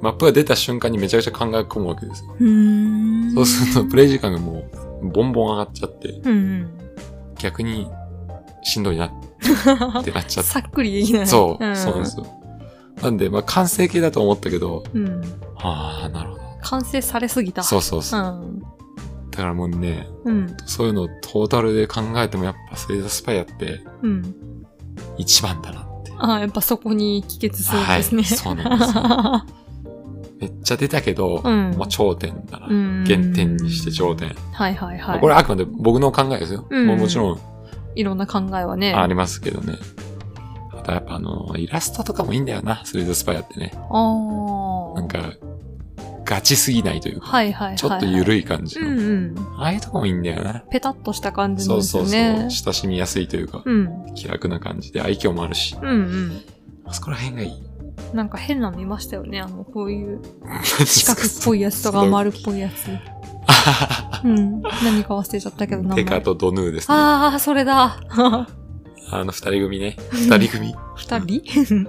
A: マップが出た瞬間にめちゃくちゃ考え込むわけですよ。
B: うーん。
A: そうするとプレイ時間がもう、ボンボン上がっちゃって、
B: うんうん。
A: 逆に、しんどいなってなっちゃっ
B: さっくりできな
A: て。
B: い。
A: そう、
B: ん
A: そうなんですよ。なんで、まあ完成形だと思ったけど、
B: うん。
A: ああ、なるほど。
B: 完成されすぎた。
A: そうそうそうう。
B: ん。
A: だからもうね、
B: うん。
A: そういうのをトータルで考えてもやっぱスレイザースパイアって
B: うん。
A: 一番だなって。
B: ああ、やっぱそこに帰結するん
A: は
B: で
A: い。
B: すね。
A: そうなんですよ。 めっちゃ出たけど、
B: うん
A: まあ頂点だな。
B: うん
A: 原点にして頂点。
B: はいはい
A: ま
B: は
A: あ
B: い。
A: これはあくまで僕の考えですよ。
B: うん
A: もうもちろん
B: いろんな考えはね。
A: ありますけどね。あとやっぱあの、イラストとかもいいんだよな、スレイザースパイアってね。
B: ああ。
A: なんか、ガチすぎないというか、
B: はいはいはいはい。
A: ちょっと緩い感じ
B: う
A: の。
B: んうん。
A: ああいうとこもいいんだよな。
B: ペタッとした感じな
A: そ
B: ん
A: う
B: です
A: そ
B: よ
A: うそう。
B: ね
A: 親。しみやすいというか、
B: うん。
A: 気楽な感じで愛嬌もあるし、
B: うん
A: あそこら辺がいい。
B: うん。なんか変なのいましたよね。あの、こ ういう四
A: 四
B: 角っぽいやつと か丸っぽいやつ。うん。何か忘れちゃったけど、名前。
A: テカとドヌーですね。あ
B: ああ、それだ。
A: の二人組ね。二人組。
B: 二人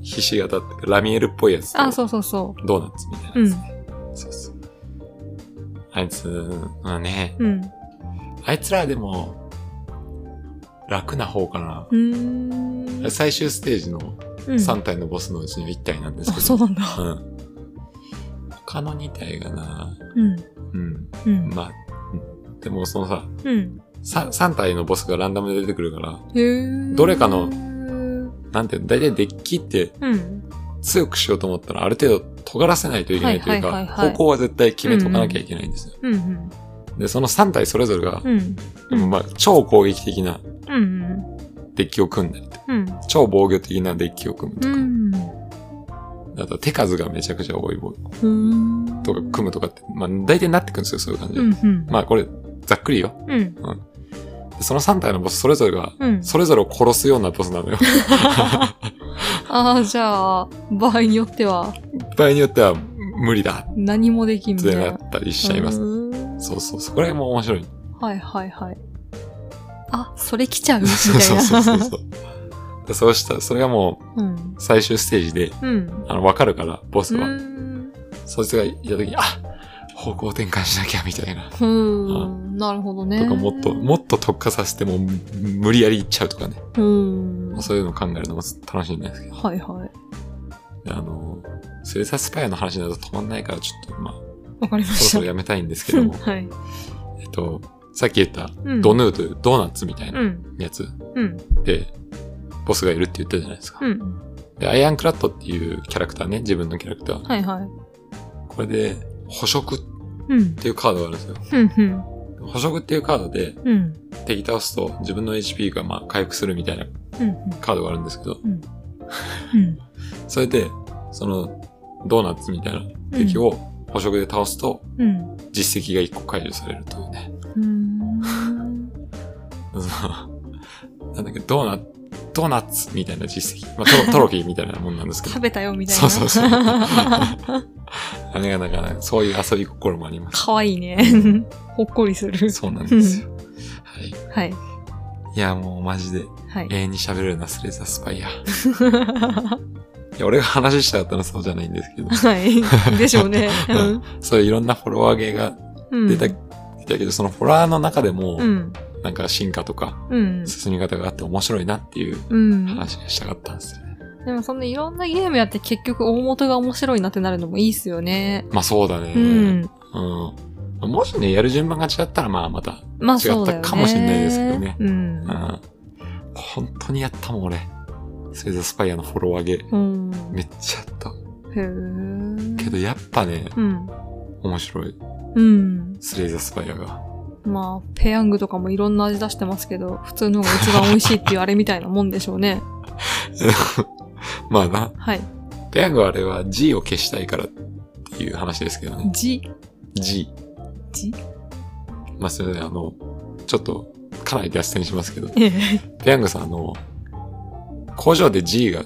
A: ひし形っていうか、ラミエルっぽいやつと。
B: あ、そうそうそ
A: ドーナツみたいなやつね。そうそう。あいつはね、
B: う。うん。う
A: あいつらでも、楽な方かな。
B: ーん。
A: 最終ステージの
B: うん
A: 3体のボスのうちの1体なんです
B: あ、
A: け
B: そ
A: ど。
B: うなんだ。
A: うん。他の2体がな、
B: うん。
A: うん。
B: うん。
A: まあ、うんでもそのさ、
B: うん。
A: さ3体のボスがランダムで出てくるから、
B: へー
A: どれかの
B: うん。
A: なんていうの、だいたいデッキって強くしようと思ったらある程度尖らせないといけないという
B: はいはい
A: か、
B: はいはい
A: 方向は絶対決めとかなきゃいけないんですよ。
B: うんうん。
A: で、その3体それぞれが、
B: うん。
A: でもまあ、超攻撃的な
B: うんうん。
A: デッキを組んだりとか、
B: うん。
A: 超防御的なデッキを組むと
B: う
A: か、
B: ん。
A: あとは手数がめちゃくちゃ多いボール
B: うん。
A: とか組むとかって、まあ、大体なってくるんですよ、そういう感じで。
B: うんうん。
A: まあ、これ、ざっくりよ。
B: う
A: で
B: ん。
A: その3体のボスそれぞれが、
B: うん。
A: それぞれを殺すようなボス なのよ。
B: ああ、じゃあ、場合によっては
A: 場合によっては、無理だ
B: 何もできん
A: っ
B: みた
A: て
B: い
A: な
B: な。
A: ったりしちゃいます。
B: うーん
A: そうそう、そこら辺も面白い。
B: はいはいはい。あ、それ来ちゃうみ
A: そう
B: た い
A: そう
B: な。
A: そうそうそう。でそうしたら、それがもう
B: うん。
A: 最終ステージで、
B: うん。
A: あの、わかるから、ボス
B: う
A: は。
B: ん。
A: そいつがいた時に、あ方向転換しなきゃ、みたいな。
B: うん。なるほどね。
A: とか、もっと、もっと特化させても、む無理やりいっちゃうとかね。
B: うん。
A: まあ
B: は
A: そういうの考えるのも楽しいんですけど。
B: いはい。
A: であの、スレサスパイアの話になると止まんないから、ちょっと、 まあ、
B: わかりま
A: そろ
B: し
A: そ
B: た
A: ろ。やめたいんですけど も、
B: はい。
A: えっと、さっき言った、
B: うん。
A: ドヌーというドーナツみたいうなんやつ
B: うん。
A: で、ボスがいるって言ったじゃないですか。
B: うん。
A: で、アイアンクラットっていうキャラクターね、自分のキャラクター。
B: はいはい。
A: これで、捕食っ
B: うん。
A: ていうカードがあるんですよ。
B: うん。うん。
A: 捕食っていうカードで、
B: うん。
A: 敵倒すと自分の HP がまあ回復するみたいな
B: うん。
A: カードがあるんですけど、
B: うん。
A: それで、その、ドーナツみたいな敵を捕食で倒すと、
B: うん。
A: 実績が1個解除されるというね。
B: うん。
A: そのなんだ っけ、ドーナ、ドーナツみたいな実績。まあトロ、ト ロフィーみたいなもんなんですけど
B: 食。べたよみたいな。
A: そうそう そう
B: か
A: あれがなんか、そういう遊び心もあります。
B: わいいね。ほっこりする。
A: そうなんですよ。はい。い
B: はい。
A: や、もうマジで、
B: はい。
A: 永遠に喋れるな、スレザースパイア。いや、俺が話したかったのはそうじゃないんですけど、
B: はい。でしょうね。
A: そういういろんなフォロワー芸が
B: うん。
A: 出た、だけど、そのフォロワーの中でも
B: う、ん。
A: なんか進化とか、
B: うん。
A: 進み方があって面白いなっていう
B: うん。
A: 話がしたかったんですよね。
B: でもそんないろんなゲームやって結局大元が面白いなってなるのもいいっすよね。
A: まあそうだね。
B: う。ん。
A: うん。もしね、やる順番が違ったら、まあまた、
B: まあそうだ
A: 違
B: よね。
A: ったかもしれないですけどね
B: うん
A: う。ん。本当にやったもん、俺。スレザースパイアのフォロワー芸、
B: うん。
A: めっちゃやった。
B: へー
A: けど、やっぱね、
B: うん。
A: 面白い。
B: うん。
A: スレイザースパイアが。
B: まあ、ペヤングとかもいろんな味出してますけど、普通のが一番美味しいっていうあれみたいなもんでしょう ね。
A: まあな、
B: はい。
A: ペヤングはあれは G を消したいからっていう話ですけどね。
B: じ、
A: G。
B: じ、
A: まあそれであの、ちょっとかなり脱線しますけど、
B: ええ。
A: ペヤングさんあの、工場で G が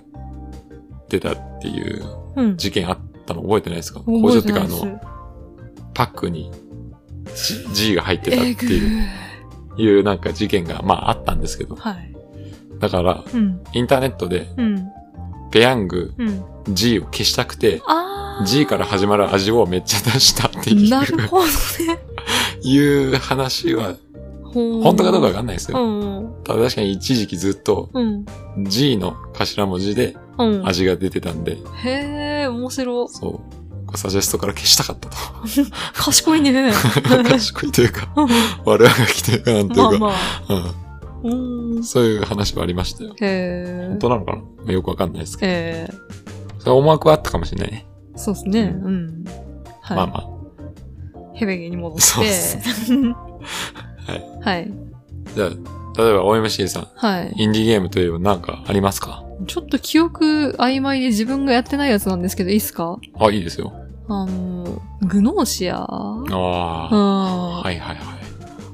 A: 出たっていう
B: うん。
A: 事件あったの覚えてないですか工場
B: 覚え
A: っていうか
B: な
A: あ
B: いです
A: の、パックに G, G が入ってたって
B: えぐ
A: いう、
B: ー
A: いうなんか事件がまああったんですけど、
B: はい。
A: だから
B: うん。
A: インターネットで
B: うん。
A: ペヤング
B: うん。
A: G を消したくて、
B: あー。
A: G から始まる味をめっちゃ出したっていう。
B: なる ほどね。
A: いう話は、
B: ほー
A: 本当かどうかわかんないです
B: う
A: よ。
B: ん。
A: ただ確かに一時期ずっと
B: うん。
A: G の頭文字で
B: うん。
A: 味が出てたんで、
B: へえ、面白。
A: そう。こうサジェストから消したかった と。
B: 賢い ね。
A: 賢いというか、我々が来てるかなんてい
B: まあ
A: うか、
B: まあ。うん
A: うん。。そういう話はありましたよ。
B: へえ
A: 本。当なのかな、まあよくわかんないですけ
B: ええ。
A: ど。それは思惑はあったかもしれないね。
B: そうですね。うん。
A: まあ
B: は
A: まあ。
B: い。ヘベゲに戻
A: そうっす
B: って。
A: はい。
B: はい。
A: じゃあ、例えば OMC さん、
B: はい。
A: インディーゲームといえば何かありますか
B: ちょっと記憶曖昧で自分がやってないやつなんですけど、いいっすか
A: あ、いいですよ。
B: あの、グノーシア
A: あ
B: う
A: あ、は
B: ん。
A: いはいはい。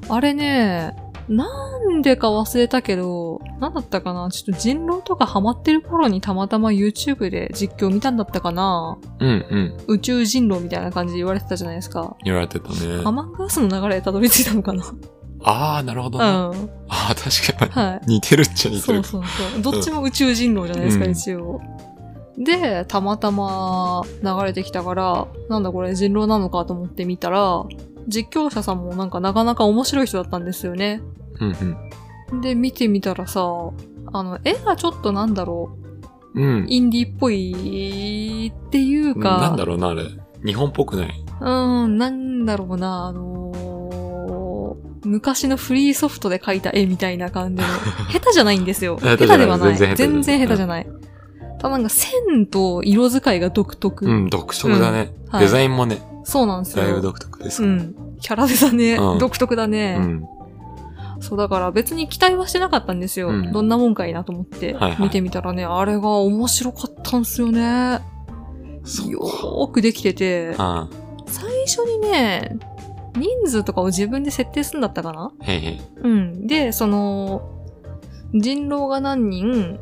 B: あれね、なんでか忘れたけど、なんだったかなちょっと人狼とかハマってる頃にたまたま YouTube で実況見たんだったかな
A: うんうん。
B: 宇宙人狼みたいな感じで言われてたじゃないですか。
A: 言われてたね
B: ア。マンガースの流れでたどり着いたのかな
A: ああ、なるほどね。
B: うん。
A: ああ、確かに。
B: は
A: 似てるっちゃ
B: い。
A: 似て
B: そ
A: る
B: う。そうそう。どっちも宇宙人狼じゃないですか、
A: うん
B: 一応。で、たまたま流れてきたから、なんだこれ人狼なのかと思って見たら、実況者さんもなんかなかなか面白い人だったんですよね。
A: うんうん。
B: で、見てみたらさ、あの、絵がちょっとなんだろう、
A: うん。
B: インディーっぽいっていうか、
A: なんだろうな、あれ。日本っぽくない。
B: うん、なんだろうな、あのー昔のフリーソフト で描いた絵みたいな感じの、下手じゃないんですよ。
A: 下
B: 下
A: 手
B: 手
A: じゃない
B: ではない。
A: 全然下手じゃない
B: 全然下手じゃない。ただなんか線と色使いが独特。
A: うん、独特だね。
B: うんはい
A: デザインもね、
B: そうなんですよ。
A: だいぶ独特です。
B: うん。キャラでだね。
A: うん
B: 独特だね、
A: うん。
B: そうだから別に期待はしてなかったんですよ。
A: うん
B: どんなもんかいなと思って
A: はいはい
B: 見てみたらね、あれが面白かったんすよね。
A: そ
B: よ
A: こ。
B: ーくできてて、
A: あ
B: 最初にね、人数とかを自分で設定するんだったかな
A: あ、へいへい。
B: うん。で、その、人狼が何人、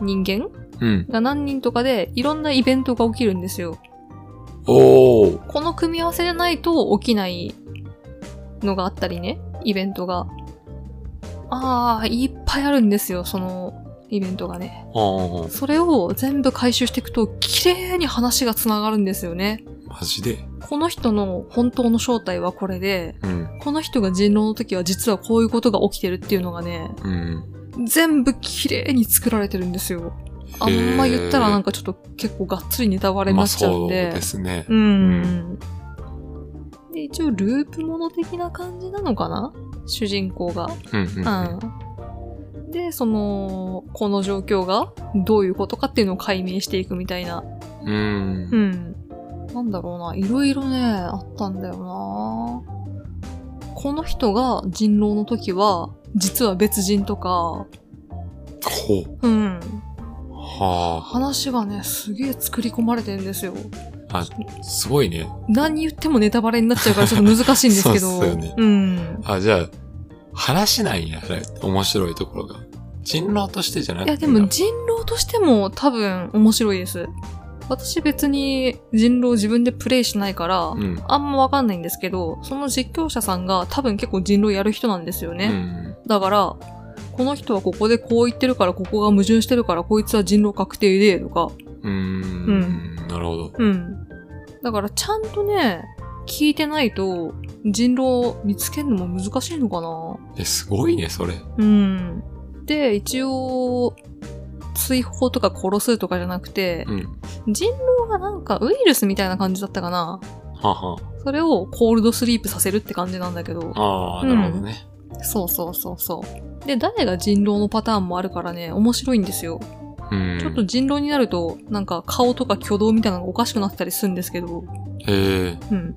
B: 人間
A: うん。
B: が何人とかで、いろんなイベントが起きるんですよ。
A: おー。
B: この組み合わせでないと起きないのがあったりね、イベントが。ああ、いっぱいあるんですよ、そのイベントがね。
A: あ
B: それを全部回収していくと、綺麗に話が繋がるんですよね。
A: あ、マジで。
B: この人の本当の正体はこれで、
A: うん。
B: この人が人狼の時は実はこういうことが起きてるっていうのがね、
A: うん。
B: 全部綺麗に作られてるんですよ。あんま言ったらなんかちょっと結構がっつりネタバレになっちゃうん
A: まあ、
B: で。
A: そうですね。
B: うん。で、一応ループもの的な感じなのかな主人公が。
A: うん。うん。
B: うん。で、その、この状況がどういうことかっていうのを解明していくみたいな。
A: うん。
B: う
A: うん
B: ん。なんだろうな。いろいろね、あったんだよな。この人が人狼の時は、実は別人とか、
A: ほう。
B: うん。
A: は
B: 話がね、すげえ作り込まれてるんですよ。
A: あ。すごいね。
B: 何言ってもネタバレになっちゃうからちょっと難しいんですけど。
A: そうっすよね
B: うん。
A: あ、じゃあ、話なんや、あれ。面白いところが。人狼としてじゃなく
B: い
A: て。
B: や、でも人狼としても多分面白いです。私別に人狼自分でプレイしないから、
A: うん。
B: あんまわかんないんですけど、その実況者さんが多分結構人狼やる人なんですよ
A: う
B: ね。
A: ん。
B: だから、この人はここでこう言ってるから、ここが矛盾してるから、こいつは人狼確定で、とか。
A: うーん。なるほど。
B: うん。だからちゃんとね、聞いてないと、人狼見つけるのも難しいのかな
A: え、すごいね、それ。
B: うん。で、一応、追放とか殺すとかじゃなくて、
A: うん。
B: 人狼がなんかウイルスみたいな感じだったかな。
A: はは。
B: それをコールドスリープさせるって感じなんだけど。
A: ああ、
B: うん
A: なるほどね。
B: そうそうそうそう。で、誰が人狼のパターンもあるからね、面白いんですよ。
A: うん。
B: ちょっと人狼になると、なんか顔とか挙動みたいなのがおかしくなってたりするんですけど、
A: へえ。
B: うん。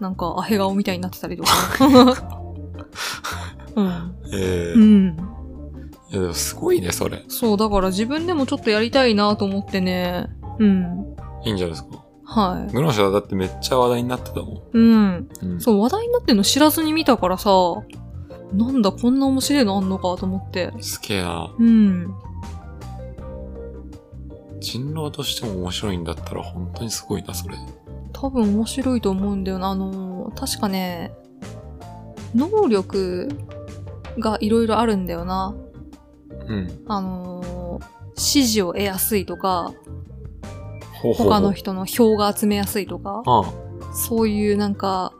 B: なんか、アヘ顔みたいになってたりとか。 うん。
A: ええ
B: う。ん。
A: いや、でもすごいね、それ。
B: そう、だから自分でもちょっとやりたいなと思ってね。うん。
A: いいんじゃないですか。
B: はい。
A: グノシャだってめっちゃ話題になってたもん。
B: うん。
A: うん。
B: そう、話題になってんの知らずに見たからさ、なんだ、こんな面白いのあんのかと思って。
A: すげえな。
B: うん。
A: 人狼としても面白いんだったら本当にすごいな、それ。
B: 多分面白いと思うんだよな。あのー、確かね、能力がいろいろあるんだよな。
A: うん。
B: あのー、指示を得やすいとか、
A: ほうほうほう
B: 他の人の票が集めやすいとか、
A: ああ。は
B: そういうなんか、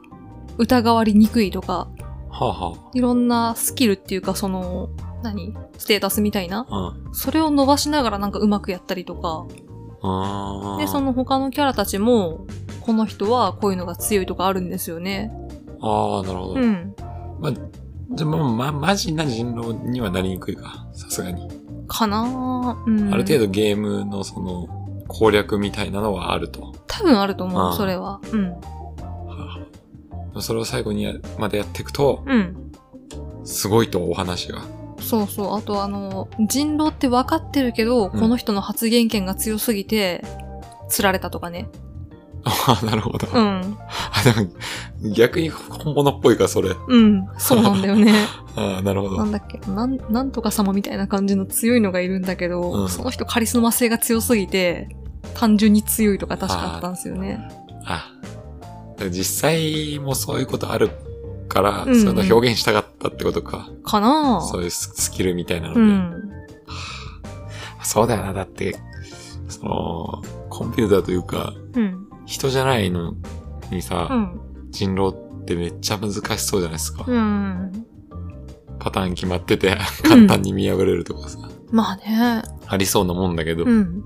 B: 疑われにくいとか、
A: あはい
B: ろんなスキルっていうか、その、何ステータスみたいな
A: あ。うん。
B: それを伸ばしながらなんかうまくやったりとか、
A: ああ。
B: で、その他のキャラたちも、この人はこういうのが強いとかあるんですよね。
A: ああ、なるほど。
B: うん。
A: まあ、じゃあまあ、ま、マジな人狼にはなりにくいか。さすがに。
B: かなぁうん。
A: ある程度ゲームのその攻略みたいなのはあると。
B: 多分あると思
A: あ
B: う、
A: あ
B: それは。うん。
A: それを最後にやまでやっていくと、
B: うん。
A: すごいとお話が。
B: そうそう。あとあの、人狼って分かってるけど、
A: うん
B: この人の発言権が強すぎて、釣られたとかね。
A: ああ、なるほど。
B: うん。
A: あでも逆に本物っぽいか、それ。
B: うん。そうなんだ よね。
A: ああ、なるほ
B: な
A: ど。
B: んだっけなん、なんとか様みたいな感じの強いのがいるんだけど、
A: うん
B: その人カリスマ性が強すぎて、単純に強いとか確かあったんですよね。
A: あ実際もそういうことあるから、
B: うんうん
A: そういうの表現したかったってことか。
B: かなぁ。
A: そういうススキルみたいなので。
B: うん。
A: そうだよな。だって、その、コンピューターというか、
B: うん。
A: 人じゃないのにさ、
B: うん。
A: 人狼ってめっちゃ難しそうじゃないですか。
B: うん。
A: パターン決まってて、簡単に見破れるとかさ、
B: まあね。
A: ありそうなもんだけど、
B: うん。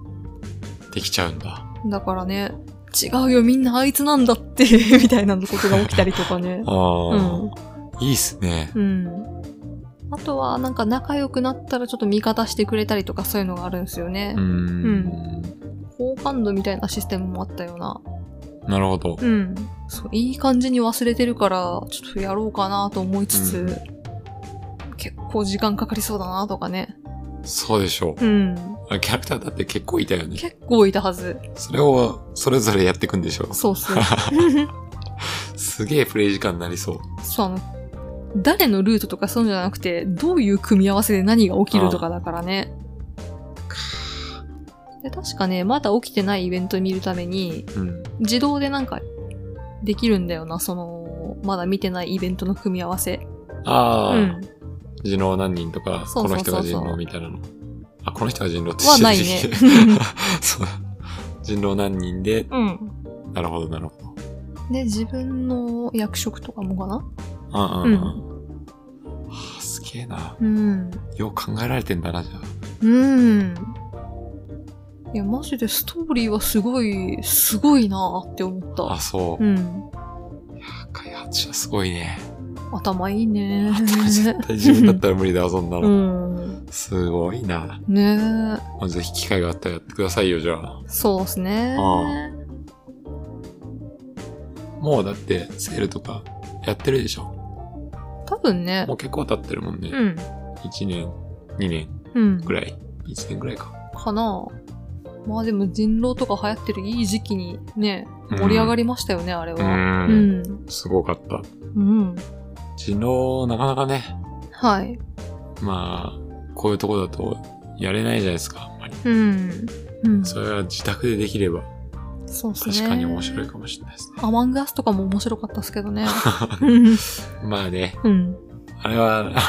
A: できちゃうんだ。。
B: だからね、違うよ、みんなあいつなんだって、 みたいなことが起きたりとかね
A: ああ、
B: うん。
A: いいっすね。
B: うん。あとは、なんか仲良くなったらちょっと味方してくれたりとかそういうのがあるんですよね
A: うー。ん。
B: 好感度みたいなシステムもあったような。
A: なるほど。
B: うん。そう、いい感じに忘れてるから、ちょっとやろうかなと思いつつ、
A: うん
B: 結構時間かかりそうだなとかね。
A: そうでしょう。
B: うん。
A: あキャラクターだって結構いたよね。
B: 結構いたはず。
A: それをそれぞれやっていくんでしょ
B: そうっす。
A: すげえプレイ時間になりそう。
B: そう、あの、誰のルートとかそういうんじゃなくて、どういう組み合わせで何が起きるとかだからね。で確かね、まだ起きてないイベント見るために、
A: うん。
B: 自動でなんかできるんだよな、その、まだ見てないイベントの組み合わせ。
A: ああ、
B: うん。
A: 人狼何人とか、
B: そ
A: こ
B: うそ
A: の
B: うそう
A: 人
B: そう
A: が人狼みたいなの。あ、この人が人狼って
B: はないね
A: 知ってる そう。人狼何人で、
B: うん。
A: なるほど、なるほど。
B: で、自分の役職とかもかな
A: うんうんうん。はあ、すげえな。
B: うん。
A: よう考えられてんだな、じゃあ。
B: うん。いや、マジでストーリーはすごい、すごいなーって思っ
A: あ、
B: た。
A: そう
B: う。ん。
A: 開発者すごいね。
B: 頭いいね
A: 絶対自分だったら無理だわ、そんな
B: う
A: の。
B: ん。
A: すごいな。
B: ねえ。
A: まあぜひ機会があったらやってくださいよ、じゃあ。
B: そうですね。
A: あもうだって、セールとかやってるでしょ。
B: 多分ね
A: も。う結構経ってるもんね。
B: うん。
A: 1年、2年
B: うん。
A: ぐらい。1年ぐらいか。
B: かなまあでも人狼とか流行ってるいい時期にね、
A: うん
B: 盛り上がりましたよね、あれ
A: う。
B: は。うんん。
A: すごかった。
B: うん。
A: 人狼、なかなかね、
B: はい。
A: まあ、こういうとこだとやれないじゃないですか、あんまり。
B: うん。うん。
A: それは自宅でできれば、
B: そうですね。
A: 確かに面白いかもしれないですね。
B: アマンガスとかも面白かったっすけ どね。うん
A: まあね、
B: うん。
A: あれは、あれは、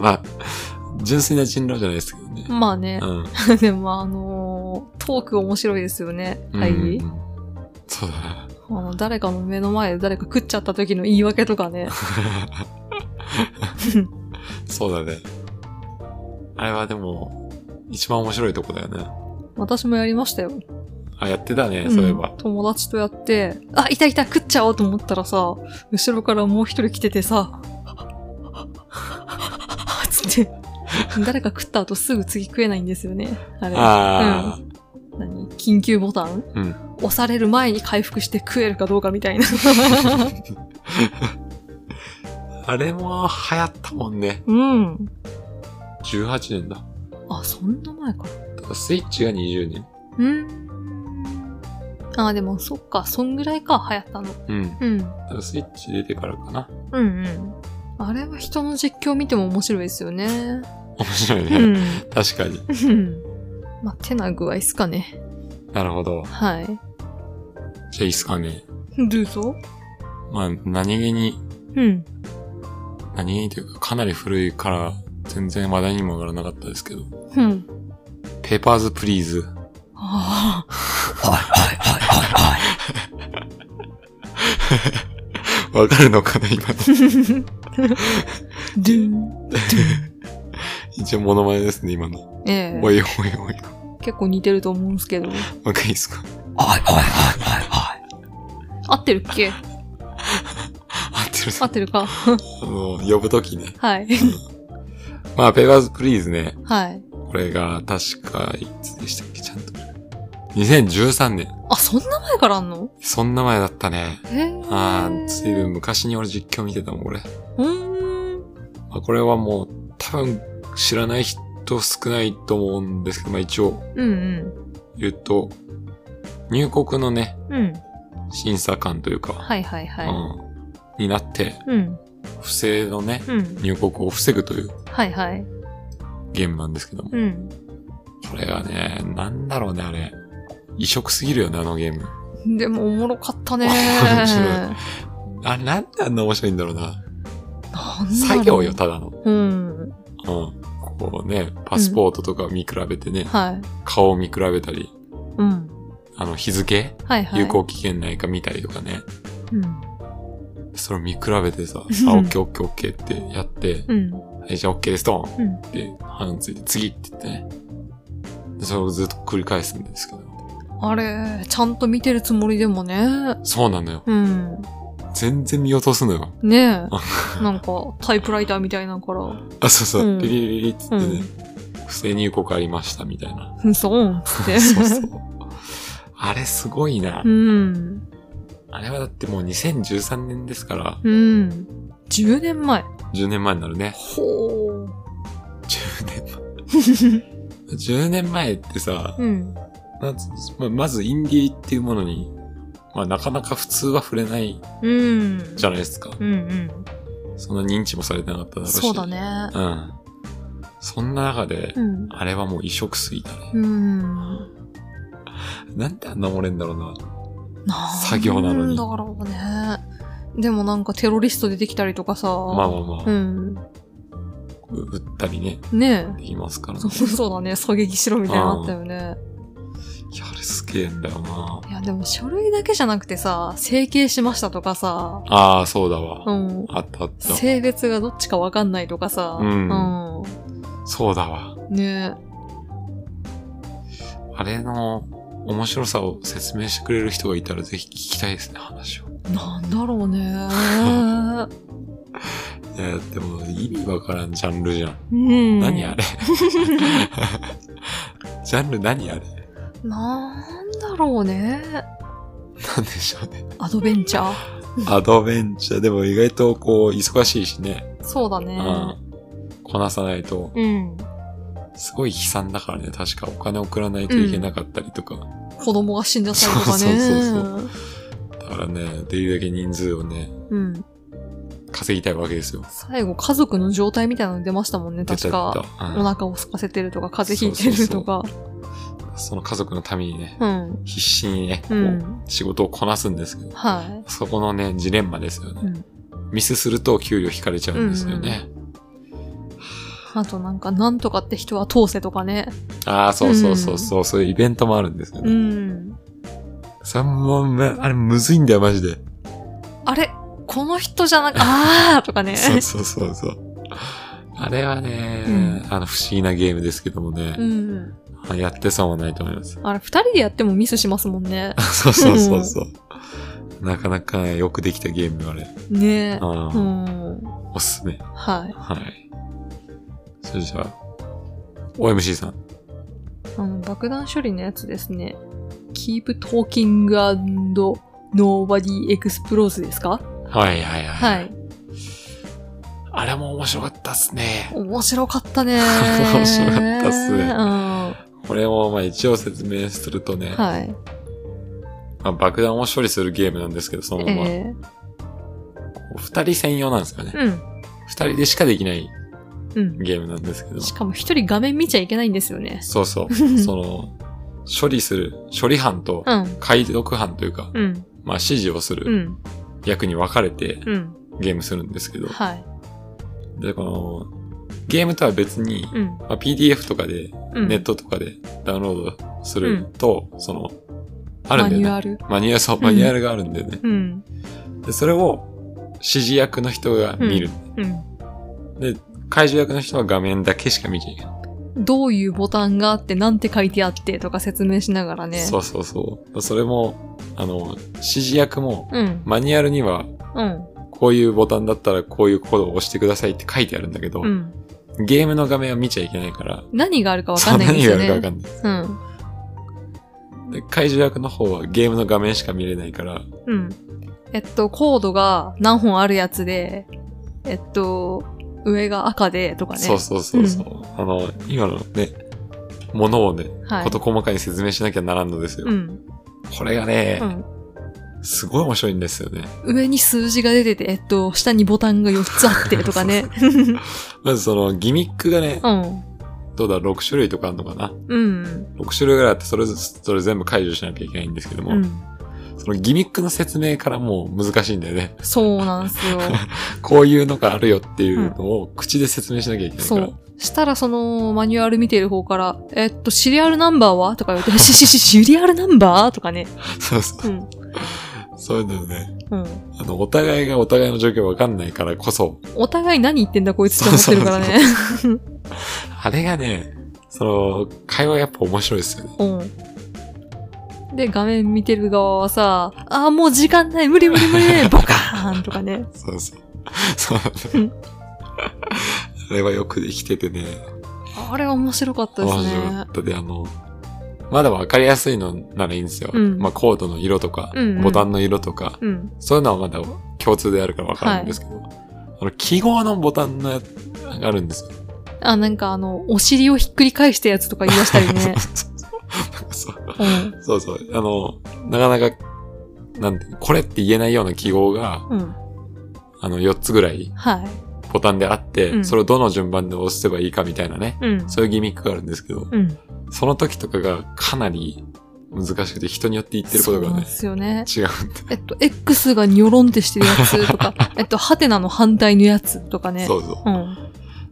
A: まあ、純粋な人狼じゃないですけどね。
B: まあね
A: う。ん。
B: でも、あのートーク面白いですよね。会議。
A: うんそうだな。
B: あの誰かの目の前で誰か食っちゃった時の言い訳とかね。
A: そうだね。あれはでも、一番面白いとこだよね。
B: 私もやりましたよ。
A: あ、やってたね、そういえば
B: ん。友達とやって、あ、いたいた、食っちゃおうと思ったらさ、後ろからもう一人来ててさ、つって、誰か食った後すぐ次食えないんですよね。あれ。
A: ああ、
B: 何緊急ボタン、
A: うん
B: 押される前に回復して食えるかどうかみた いな。
A: あれも流行ったもんね。
B: うん。
A: 18年だ。
B: あ、そんな前か。
A: だからスイッチが20年。
B: うん。あ、でもそっか、そんぐらいか、流行ったの。
A: うん。
B: うん。
A: だからスイッチ出てからかな。
B: うんうん。あれは人の実況見ても面白いですよね。
A: 面白いね。
B: うん。
A: 確かに。
B: うんまあ、手な具合っすかね。
A: なるほど。
B: はい。
A: じゃあいいっすかね。
B: どうぞ。
A: まあ、何気に、
B: うん。
A: 何気にというか、かなり古いから、全然話題にも上がらなかったですけど。
B: うん。
A: ペーパーズプリーズ。
B: ああ。
A: わかるのかな、今の。
B: ドゥン。
A: 一応モノマネですね、今の。
B: ええ
A: おいおいおい。
B: 結構似てると思うんすけど。
A: もう一回いいですか
B: 合ってるっけ
A: 合ってる
B: 合ってるか。
A: あの、呼ぶときね。
B: はい。
A: まあ、ペーパーズプリーズね。
B: はい。
A: これが、確か、いつでしたっけちゃんと。2013年。
B: あ、そんな前からあんの
A: そんな前だったね。
B: へえ。
A: ああ、ずいぶん昔に俺実況見てたもん、これ。
B: うーん。
A: まあ、これはもう、多分、知らない人少ないと思うんですけど、まあ一応
B: うんうん。
A: 言うと、入国のね、
B: うん。
A: 審査官というか、
B: はいはいは
A: うん、になって、
B: い。うん。
A: 不正のね、
B: うん。
A: 入国を防ぐという
B: はいはい。
A: ゲームなんですけども。
B: うん。
A: これがね、なんだろうね、あれ。異色すぎるよね、あのゲーム。
B: でもおもろかったね。
A: 面白いあれ、なんであんな面白いんだろうな。
B: なんだろう
A: 作業よ、。ただの。
B: うん。
A: うん。こうね、パスポートとか見比べてね、
B: はい。
A: 顔を見比べたり、
B: うん。
A: あの、日付、
B: はいはい。
A: 有効期限内か見たりとかね。
B: うん。
A: それを見比べてさ、あ、オッケーオッケーオッケーってやって、
B: うん。
A: はい、じゃあオッケーです、ドン
B: うん。
A: って、ハンついて、次って言ってね。でそれをずっと繰り返すんですけど。
B: あれ、ちゃんと見てるつもりでもね。
A: そうなのよ。
B: うん。
A: 全然見落とすのよ。
B: ね え。なんか、タイプライターみたいなのから、
A: あ、そうそうう、
B: ん
A: ピリピリってね、
B: う
A: 不正入国ありましたみたい な。
B: そう、つって。
A: そうそう。あれすごいな。
B: うん。
A: あれはだってもう2013年ですから、
B: うん。10年前。
A: 10年前になるね。
B: ほう。
A: 10年前。10年前 ってさ、
B: うん。
A: なんつままずインディーっていうものに、まあなかなか普通は触れない
B: うん。
A: じゃないですか。
B: うん
A: そんな認知もされてなかっただろ
B: うん。
A: うし。
B: そうだ。ね。
A: うん。そんな中で、
B: うん。
A: あれはもう異色すぎたね。
B: うん。
A: なんであんな漏れんだろうな。
B: なん
A: 作業なのに
B: だろうね。でもなんかテロリスト出てきたりとかさ。
A: まあまあまあ、
B: うん。
A: う売ったりね、
B: ね
A: できますから
B: え。
A: ね。
B: そうそうだね。狙撃しろみたいなのあったよね。
A: いや、あれすげえんだよない
B: や、でも書類だけじゃなくてさ、整形しましたとかさ、
A: ああ、そうだわ。
B: うん。
A: あったあった。
B: 性別がどっちかわかんないとかさ、
A: うん
B: う
A: そうだわ。
B: んね
A: あれの面白さを説明してくれる人がいたらぜひ聞きたいですね、話を。
B: え。なんだろうね。
A: いや、でも意味わからんジャンルじゃん。
B: うん。
A: 何 あれジャンル何あれ
B: なんだろうね。
A: なんでしょうね。
B: アドベンチャー。
A: アドベンチャーでも意外とこう忙しいしね。
B: そうだ
A: う
B: ね。
A: ん。こなさないと、
B: うん。
A: すごい悲惨だからね。確かお金送らないといけなかったりとか。
B: 子供が死んじゃったりとかね。
A: そうそうそうだからね、できるだけ人数をね、
B: うん。
A: 稼ぎたいわけですよ。
B: 最後、家族の状態みたいなの出ましたもんね、
A: 出ち
B: 確
A: ゃった
B: か。お腹を空かせてるとか、風邪ひいてるとか。
A: うんその家族のためにね、
B: うん。
A: 必死にね、こ
B: う。
A: うん仕事をこなすんですけど、
B: は
A: そこのね、ジレンマですよね。
B: うん
A: ミスすると給料引かれちゃうんですよね。
B: い。あとなんか、なんとかって人は通せとかね。
A: ああ、そうそうそうそう、そういうイベントもあるんですよ
B: う
A: ね。
B: ん。
A: それもめ、あれむずいんだよ、マジで。
B: あれこの人じゃなく、あーとかね。
A: そうそうそうそう。あれはね、
B: うん
A: あの、不思議なゲームですけどもね、
B: うん。
A: あやってそうもないと思います。
B: あれ、二人でやってもミスしますもんね。
A: そうそうそうそう。なかなかねよくできたゲーム、あれ。
B: ね
A: う、
B: うんん。
A: おすすめ。
B: はい。
A: はい。それじゃあ、OMC さん。
B: あの、爆弾処理のやつですね。keep talking and nobody explodes ですか
A: はいはいはい。
B: はい。
A: あれも面白かったっすね。
B: 面白かったね
A: 面白かったっすね
B: うん。は
A: これもまあ一応説明するとね、
B: い。
A: まあ、爆弾を処理するゲームなんですけど、そのまま。こ
B: え
A: う二、人専用なんですよね
B: ー。うん。
A: 二、人でしかできない
B: うん。
A: ゲームなんですけど。
B: しかも一人画面見ちゃいけないんですよね。
A: そう そう。その、処理する、処理班と
B: うん。
A: 解読班というか、
B: うん。
A: まあ指示をす
B: う
A: る
B: ん。
A: 役に分かれて
B: うん。
A: ゲームするんですけど、
B: はい。
A: で、この、ゲームとは別に、
B: うん。
A: まあ、PDF とかで
B: うん。
A: ネットとかでダウンロードすると、その、あるんだよね。
B: マニュアル。
A: マニュアル、そう、
B: ん
A: マニュアルがあるんだよね。
B: うん。
A: で、それを指示役の人が見る。
B: うん。
A: で、解除役の人は画面だけしか見ちゃいけない。
B: どういうボタンがあって、なんて書いてあってとか説明しながらね。
A: そうそうそう。それも、あの、指示役も、
B: うん。
A: マニュアルには、
B: うん。
A: こういうボタンだったらこういうコードを押してくださいって書いてあるんだけど、
B: うん。
A: ゲームの画面は見ちゃいけないから、
B: 何があるかわ
A: そ
B: か
A: うん
B: ない
A: 何
B: んです
A: がある
B: よね。
A: かわかんない。で解除役の方はゲームの画面しか見れないから、
B: うん。うん。えっと、コードが何本あるやつで、えっと、上が赤でとかね。
A: そうそうそうそう、あの、今のね、ものをね、
B: はい
A: こと細かに説明しなきゃならんのですよ。
B: うん。
A: これがね
B: う、ん。
A: すごい面白いんですよね。
B: 上に数字が出てて、えっと、下にボタンが4つあってとかね。
A: まずそのギミックがね、
B: うん。
A: どうだろう、6種類とかあるのかな。
B: うん。
A: 6種類ぐらいあって、それぞれ全部解除しなきゃいけないんですけども、
B: うん。
A: そのギミックの説明からもう難しいんだよね。
B: そうなんすよ。
A: こういうのがあるよっていうのを口で説明しなきゃいけないか
B: そ
A: ら。
B: う。したら、その、マニュアル見てる方から、えっと、シリアルナンバーはとか 言われて、し、し、し、シリアルナンバーとかね。
A: そうそうう。
B: ん。
A: そういうのね、
B: うん。
A: あの、お互いがお互いの状況わかんないからこそ、
B: お互い何言ってんだこいつって思ってるからね。
A: あれがね、その、会話やっぱ面白いですよね。
B: うん。で、画面見てる側はさ、あーもう時間ない、無理無理 無理、ボカーンとかね。
A: そうそう。そうなんだ。あれはよくできててね。
B: あれは面白かったです
A: 面白か
B: ね
A: っ。たで、あの、まだわかりやすいのならいいんですよ。
B: うん
A: まあコードの色とか、
B: うんうん
A: ボタンの色とか、
B: うん。
A: そういうのはまだ共通であるからわかるんですけど、あの、記号のボタンのやつがあるんですよ。。
B: あ、なんかあの、お尻をひっくり返したやつとか言い出したりね
A: そう
B: うん。
A: そうそう。あの、なかなか、なんて、これって言えないような記号が、
B: うん。
A: あの、4つぐらい
B: はい。
A: ボタンであって、
B: うん
A: それをどの順番で押せばいいかみたいなね。
B: うん。
A: そういうギミックがあるんですけど、
B: うん。
A: その時とかがかなり難しくて人によって言ってること
B: そうな
A: が
B: ん
A: ね
B: で、すよね。
A: 違うんで。
B: えっと、X がニョロンってしてるやつ とか、えっと、ハテナの反対のやつとかね。。
A: そううそう。
B: うん。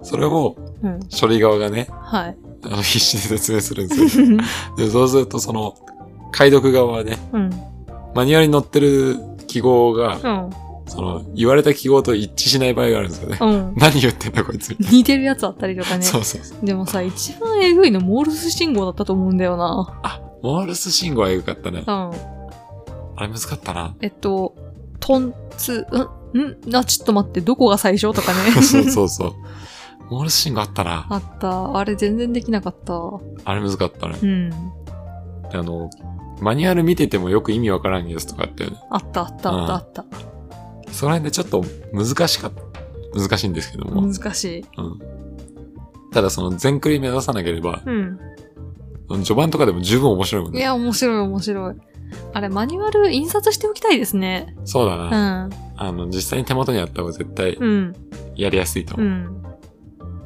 A: それを
B: うん。
A: 処理側がね、
B: はい。
A: あの必死で説明するん ですよ。でそうするとその、解読側はね、
B: うん。
A: マニュアルに載ってる記号が、
B: うん。
A: その、言われた記号と一致しない場合があるんですよね。
B: うん。
A: 何言ってんだこいつみたい
B: 似てるやつあったりとか
A: な。
B: ね。
A: そうそうそう。
B: でもさ、一番えぐいのモールス信号だったと思うんだよな。
A: あ、モールス信号はよかったね。
B: うん。
A: あれ難かったな。
B: えっと、トンツ、んんな、ちょっと待って、どこが最初とかね。
A: そうそうそう。モールス信号あったな。
B: あった。あれ全然できなかった。う
A: あれ難かったね。
B: ん。
A: あの、マニュアル見ててもよく意味わからんやつとかあったよね。
B: あったあったあったあった。
A: その辺でちょっと難しかった。難しいんですけども。
B: 難しい。
A: うん。ただその全クリ目指さなければ、
B: うん。
A: 序盤とかでも十分面白いもん
B: い
A: ね。
B: や、面白い面白い。あれ、マニュアル印刷しておきたいですね。
A: そうだ
B: う
A: な。
B: ん。
A: あの、実際に手元にあった方が絶対
B: うん。
A: やりやすいと
B: う
A: 思う。
B: ん。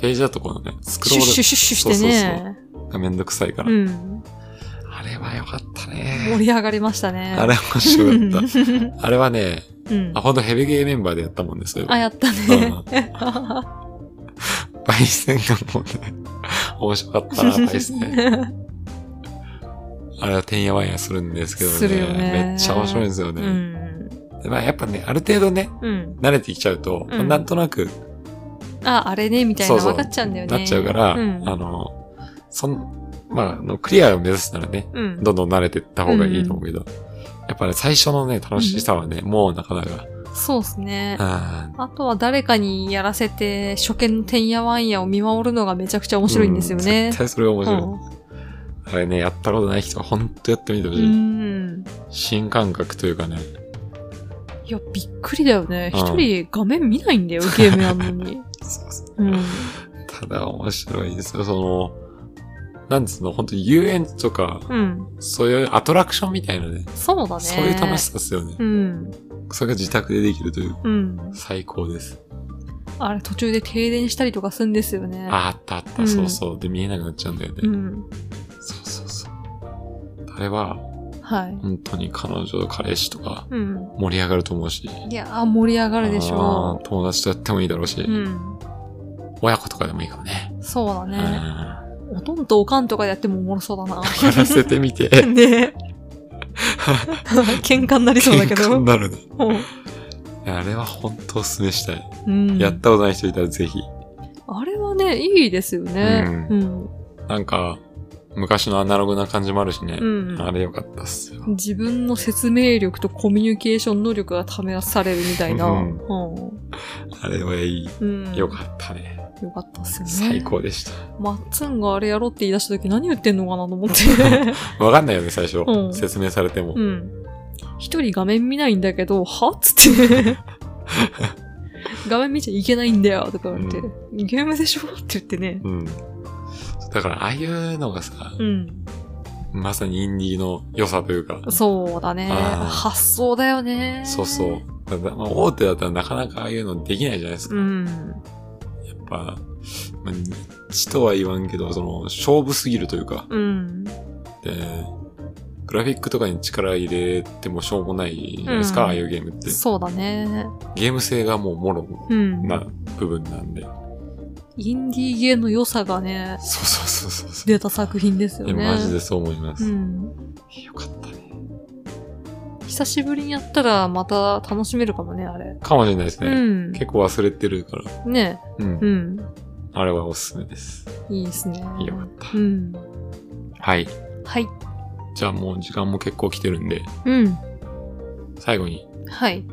A: ページだとこのね、スクロ
B: シュ
A: ー
B: ッシュッシュッシュしてね。
A: ルがめんどくさいから。
B: うん。
A: あれはよかった
B: 盛
A: ね。
B: り上がりましたね。
A: あれ面白かっ。
B: った
A: あれはね、
B: た。うん
A: あ、。ほんとヘビゲーメンバーでやったもんね、そういえば
B: あ、やった ね。
A: パイセンがもうね、面白かったな、パイセン。あれはてんやわんやするんですけどね。
B: するよね
A: めっちゃ面白いんですよ
B: う
A: ね。
B: ん。
A: でまあやっぱね、ある程度ね、
B: うん。
A: 慣れてきちゃうと、
B: うん
A: なんとなく
B: あ、あれね、みたいな
A: そうそう
B: 分かっちゃうんだよね。
A: なっちゃうから、
B: うん
A: あの、そん、まああの、クリアを目指すならね、
B: うん。
A: どんどん慣れていった方がいいと思うけど、やっぱね、最初のね、楽しさはね、もうなかなか、
B: そうですね。
A: あ
B: あとは誰かにやらせて、初見のてんやわんやを見守るのがめちゃくちゃ面
A: 面
B: 白いんですよね
A: 絶。対それが面
B: う
A: 白い。
B: ん。
A: あれね、やったことない人はほんとやってみてほしい。
B: うん。
A: 新感覚というかね、
B: いや、びっくりだよね。
A: うん
B: 一人画面見ないんだよ、ゲームやんのに。うん。
A: ただ面白いですよ、その、なんつうの、本当遊園地とか、
B: うん。
A: そういうアトラクションみたいなね、
B: そうだね。
A: そういう楽しさですよね。
B: うん。
A: それが自宅でできるという、
B: うん。
A: 最高です。
B: あれ、途中で停電したりとかするんですよね。
A: あ、あったあった、
B: うん
A: そうそう。で、見えなくなっちゃうんだよね。
B: うん。
A: そうそうそう。あれは、
B: はい。
A: 本当に彼女、彼氏とか、
B: うん。
A: 盛り上がると思うし。
B: いやー、盛り上が
A: あ
B: るでしょ
A: ー友達とやってもいいだろうし、
B: う。うん。
A: 親子とかでもいいかもね。
B: そうだ
A: う
B: ね。
A: ん。
B: おとんとおかんとかでやってもおもろそうだな。
A: やらせてみ て。
B: ね喧嘩になりそうだけ
A: 喧嘩
B: ど
A: に。なるね。
B: うん
A: いやあれは本当おすすめしたい。
B: うん
A: やったことない人いたらぜひ。
B: あれはね、いいですよね。
A: う
B: うん。
A: なんか、昔のアナログな感じもあるしね。
B: うん
A: あれよかったっすよ。
B: 自分の説明力とコミュニケーション能力が試されるみたいな。
A: う
B: うんん。
A: あれはいい。
B: うん。
A: よかったね。
B: よかったっすよね。
A: 最。高でした。
B: まっつんがあれやろうって言い出した時何言ってんのかなと思って。
A: わかんないよね、最初。
B: うん
A: 説明されても。
B: うん。一人画面見ないんだけど、はっつ って。画面見ちゃいけないんだよとか言って、ゲームでしょって言ってね。
A: うん。だから、ああいうのがさ、
B: うん。
A: まさにインディーの良さというか、
B: そうだね。
A: あー
B: 発想だよね。
A: そうそう。。だからまあ、大手だったらなかなかああいうのできないじゃないですか。
B: うん。
A: やっぱ、まあ、ニッチとは言わんけど、その、勝負すぎるというか、
B: うん。
A: で、グラフィックとかに力入れてもしょうもないじゃないですか、
B: うん
A: ああいうゲームって。
B: そうだね。
A: ゲーム性がもうもろ
B: うん。
A: な部分なんで。
B: インディーゲーの良さがね、
A: そうそうそうそうそう。
B: 出た作品ですよ
A: いや
B: ね。
A: マジでそう思います。
B: うん。
A: よかったね。
B: 久しぶりにやったらまた楽しめるかもね、あれ。
A: かもしれないです
B: う
A: ね。
B: ん。
A: 結構忘れてるから。
B: ね
A: うん
B: う。ん。
A: あれはおすすめです。
B: いいですね。
A: よかった
B: うん。
A: はい。
B: はい。
A: じゃあもう時間も結構来てるんで、
B: うん。
A: 最後に、
B: はい。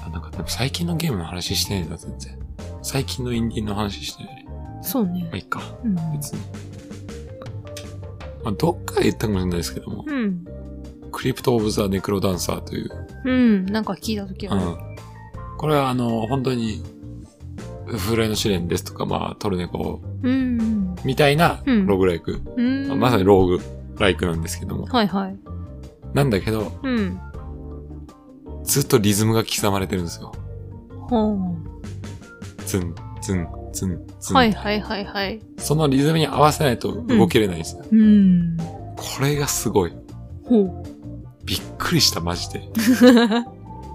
A: あなんかでも最近のゲームの話してねえな、全然。最近のインディーの話してないね。
B: そうね
A: まあ、。いいか、
B: うん。
A: 別に。まあ、どっかで言ったかもしれないですけども、
B: うん。
A: クリプト・オブ・ザ・ネクロダンサーという、
B: うん。なんか聞いたとき
A: う
B: ある。
A: ん。これはあの、本当に、風来の試練ですとか、まあ、トルネコ
B: うん。
A: みたいな
B: うん
A: ログライク。
B: うん。
A: まあまさに。ローグライクなんですけども。
B: はいはい。
A: なんだけど、
B: うん。
A: ずっとリズムが刻まれてるんですよ。
B: ほう。
A: ズン、ズン、ズン、ズン。
B: はいはいはいはい。
A: そのリズムに合わせないと動けれないんですよ。
B: うん。
A: これがすごい。
B: ほう。
A: びっくりした、マジ で。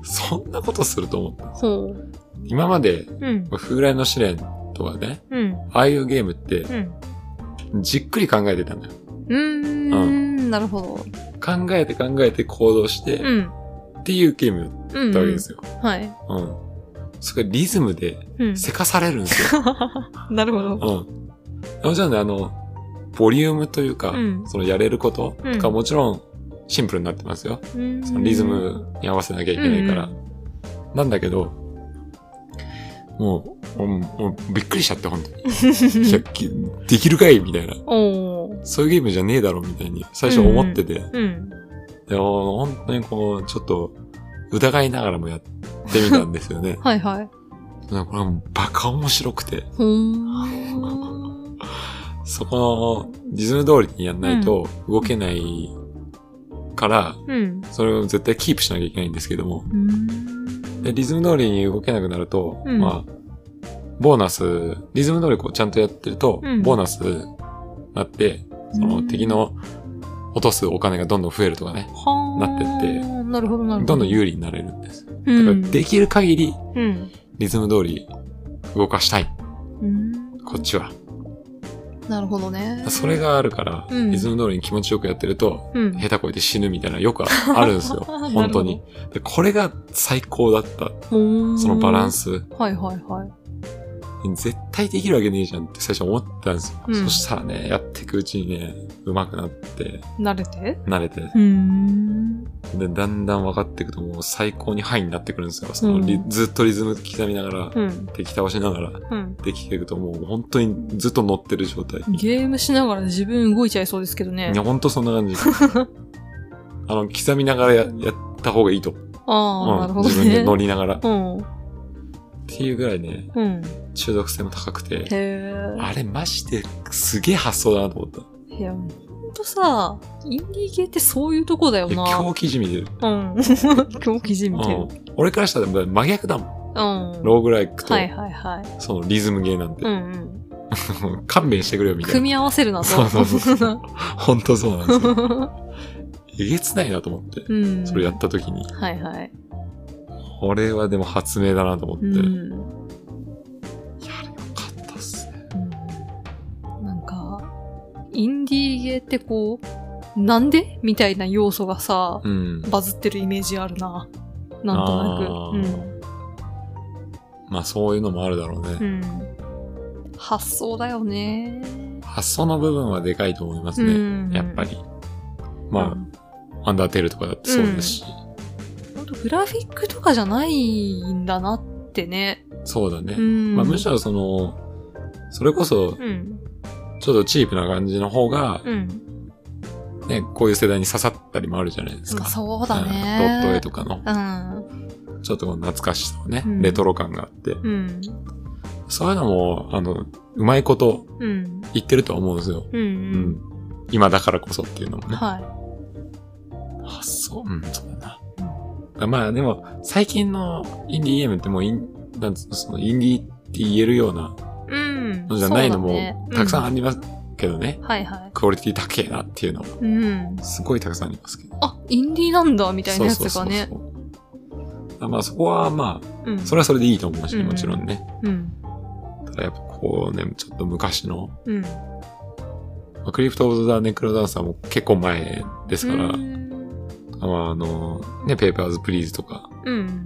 A: そんなことすると思った。
B: ほう。
A: 今まで、
B: うん。
A: 風来の試練とかね、
B: うん。
A: ああいうゲームって
B: う、ん。
A: じっくり考えてたんだよ。
B: うーん。なるほど。
A: 考えて考えて行動して、
B: うん。
A: っていうゲームだっ
B: うん。
A: たわけですよ。
B: はい。
A: うん。それがリズムで、
B: うん。
A: せかされるんですよ。
B: なるほど。
A: うん。もちろんね、あの、ボリュームというか、
B: うん
A: そのやれることとか
B: うん
A: もちろんシンプルになってますよ。
B: うん
A: そのリズムに合わせなきゃいけないから。
B: うん
A: なんだけど、もう、もうもうびっくりしちゃって、本当に。いやきできるかいみたいな。
B: おー。
A: そういうゲームじゃねえだろ、みたいに最初思ってて。
B: うん。。
A: でも、本当にこう、ちょっと、疑いながらもやってみたんですよね
B: はいはい。
A: なんかこれはもうバカ面白くて、
B: ほー。
A: そこのリズム通りにやんないと動けないから、
B: うん。
A: それを絶対キープしなきゃいけないんですけども、
B: うーん
A: でリズム通りに動けなくなると、
B: うん
A: まあ、ボーナス、リズム通りこうちゃんとやってると、
B: うん
A: ボーナスなって、その敵の落とすお金がどんどん増えるとかね、
B: はー
A: なってって
B: なるほどなるほど。
A: どんどん有利になれるんです。だ
B: う
A: から
B: ん
A: できる限り
B: うん。
A: リズム通り動かしたい、
B: うん。
A: こっちは。
B: なるほどね。
A: それがあるから、
B: うん
A: リズム通りに気持ちよくやってると、
B: うん。
A: 下手こいて死ぬみたいなよくあ るんですよ。
B: なるほど
A: 本当に。で、これが最高だった。そのバラン
B: ス。
A: ス。
B: はいはいはい。
A: 絶対できるわけねえじゃんって最初思ってたんですよ。
B: うん
A: そしたらね、やっていくうちにね、上手くなって、
B: 慣れて
A: 慣れて、
B: うーん。
A: で、だんだん分かっていくともう最高にハイになってくるんですよ。そのリ
B: うん
A: ずっとリズム刻みながら、
B: うん。
A: 敵倒しながら、
B: うん。
A: できていくともう本当にずっと乗ってる状態。
B: ゲームしながら自分動いちゃいそうですけどね
A: いや、。ほんとそんな感じ。 あの、刻みながらややった方がいいと。
B: ああ、
A: う
B: なる
A: ん
B: ほど
A: 自分で
B: ね。
A: 乗りながら。っ
B: うん。
A: ていうぐらいね、
B: うん。
A: 中毒性も高くて、
B: へー
A: あれマジですげえ発想だなと思った。
B: いや、ほんとさ、インディー系ってそういうとこだよ
A: いや
B: な。
A: 狂気じみてる。
B: うん。 狂気じみて
A: う
B: る。
A: ん、俺からしたら真逆だもん。
B: うん。
A: ローグライクと
B: は、いはいはい。
A: そのリズムゲーなんて
B: う。んうん。
A: 勘弁してくれよみたい
B: 組
A: な。
B: み合わせるなと。
A: そうそうそうそう。ほんとそうなんですよ。 えげつないなと思って。
B: うん。
A: それやった時に。
B: はいはい。
A: これはでも発明だなと思って。
B: うん。
A: いうや、あれ
B: ん
A: よかったっすね。
B: なんか、インディーゲーってこう、なんでみたいな要素がさ、
A: うん。
B: バズってるイメージあるな。なんとなく。
A: まあそういうのもあるだろうね。
B: うん。うん。発想だよね。
A: 発想の部分はでかいと思いますね。
B: うん
A: やっぱ。り。まあ、アンダーテールとかだってそうですし。
B: ほんとグラフィックとかじゃないんだなってね。
A: そうだね
B: う。ん。
A: まあむしろその、それこそ、
B: うん。
A: ちょっとチープな感じの方が、
B: うん。
A: ね、こういう世代に刺さったりもあるじゃないですか。
B: そうだね。
A: うんドット絵とかの、
B: うん。
A: ちょっとこう懐かしさをね、
B: うん
A: レトロ感があって。
B: うん。
A: そういうのも、あの、うまいこと
B: うん。
A: 言ってるとは思うんですよ。
B: う
A: う
B: ん。う。。
A: ん今だからこそっていうのもね。
B: は。
A: あ、そう、うん、そうだな。あまあでも、最近のインディーゲームってもうイン、なんつうの、そのインディーって言えるようない
B: うん。
A: のじゃないのも、
B: そうだね
A: たくさん
B: う
A: ありますけどね。
B: はいはい。
A: クオリティ高えなっていうのは、
B: うん。
A: すごいたくさんありますけど。
B: あ、インディーなんだ、みたいなやつがね。
A: そうそうそうそう。あまあそこはまあ、
B: うん。
A: それはそれでいいと思うし、
B: うん
A: もちろんね。
B: うん。
A: ただやっぱこうね、ちょっと昔の、
B: うん。で
A: まあクリプト・オブ・ザ・ネクロダンサーも結構前ですから、まああの、ね、ペーパーズ・プリーズとか、
B: うん。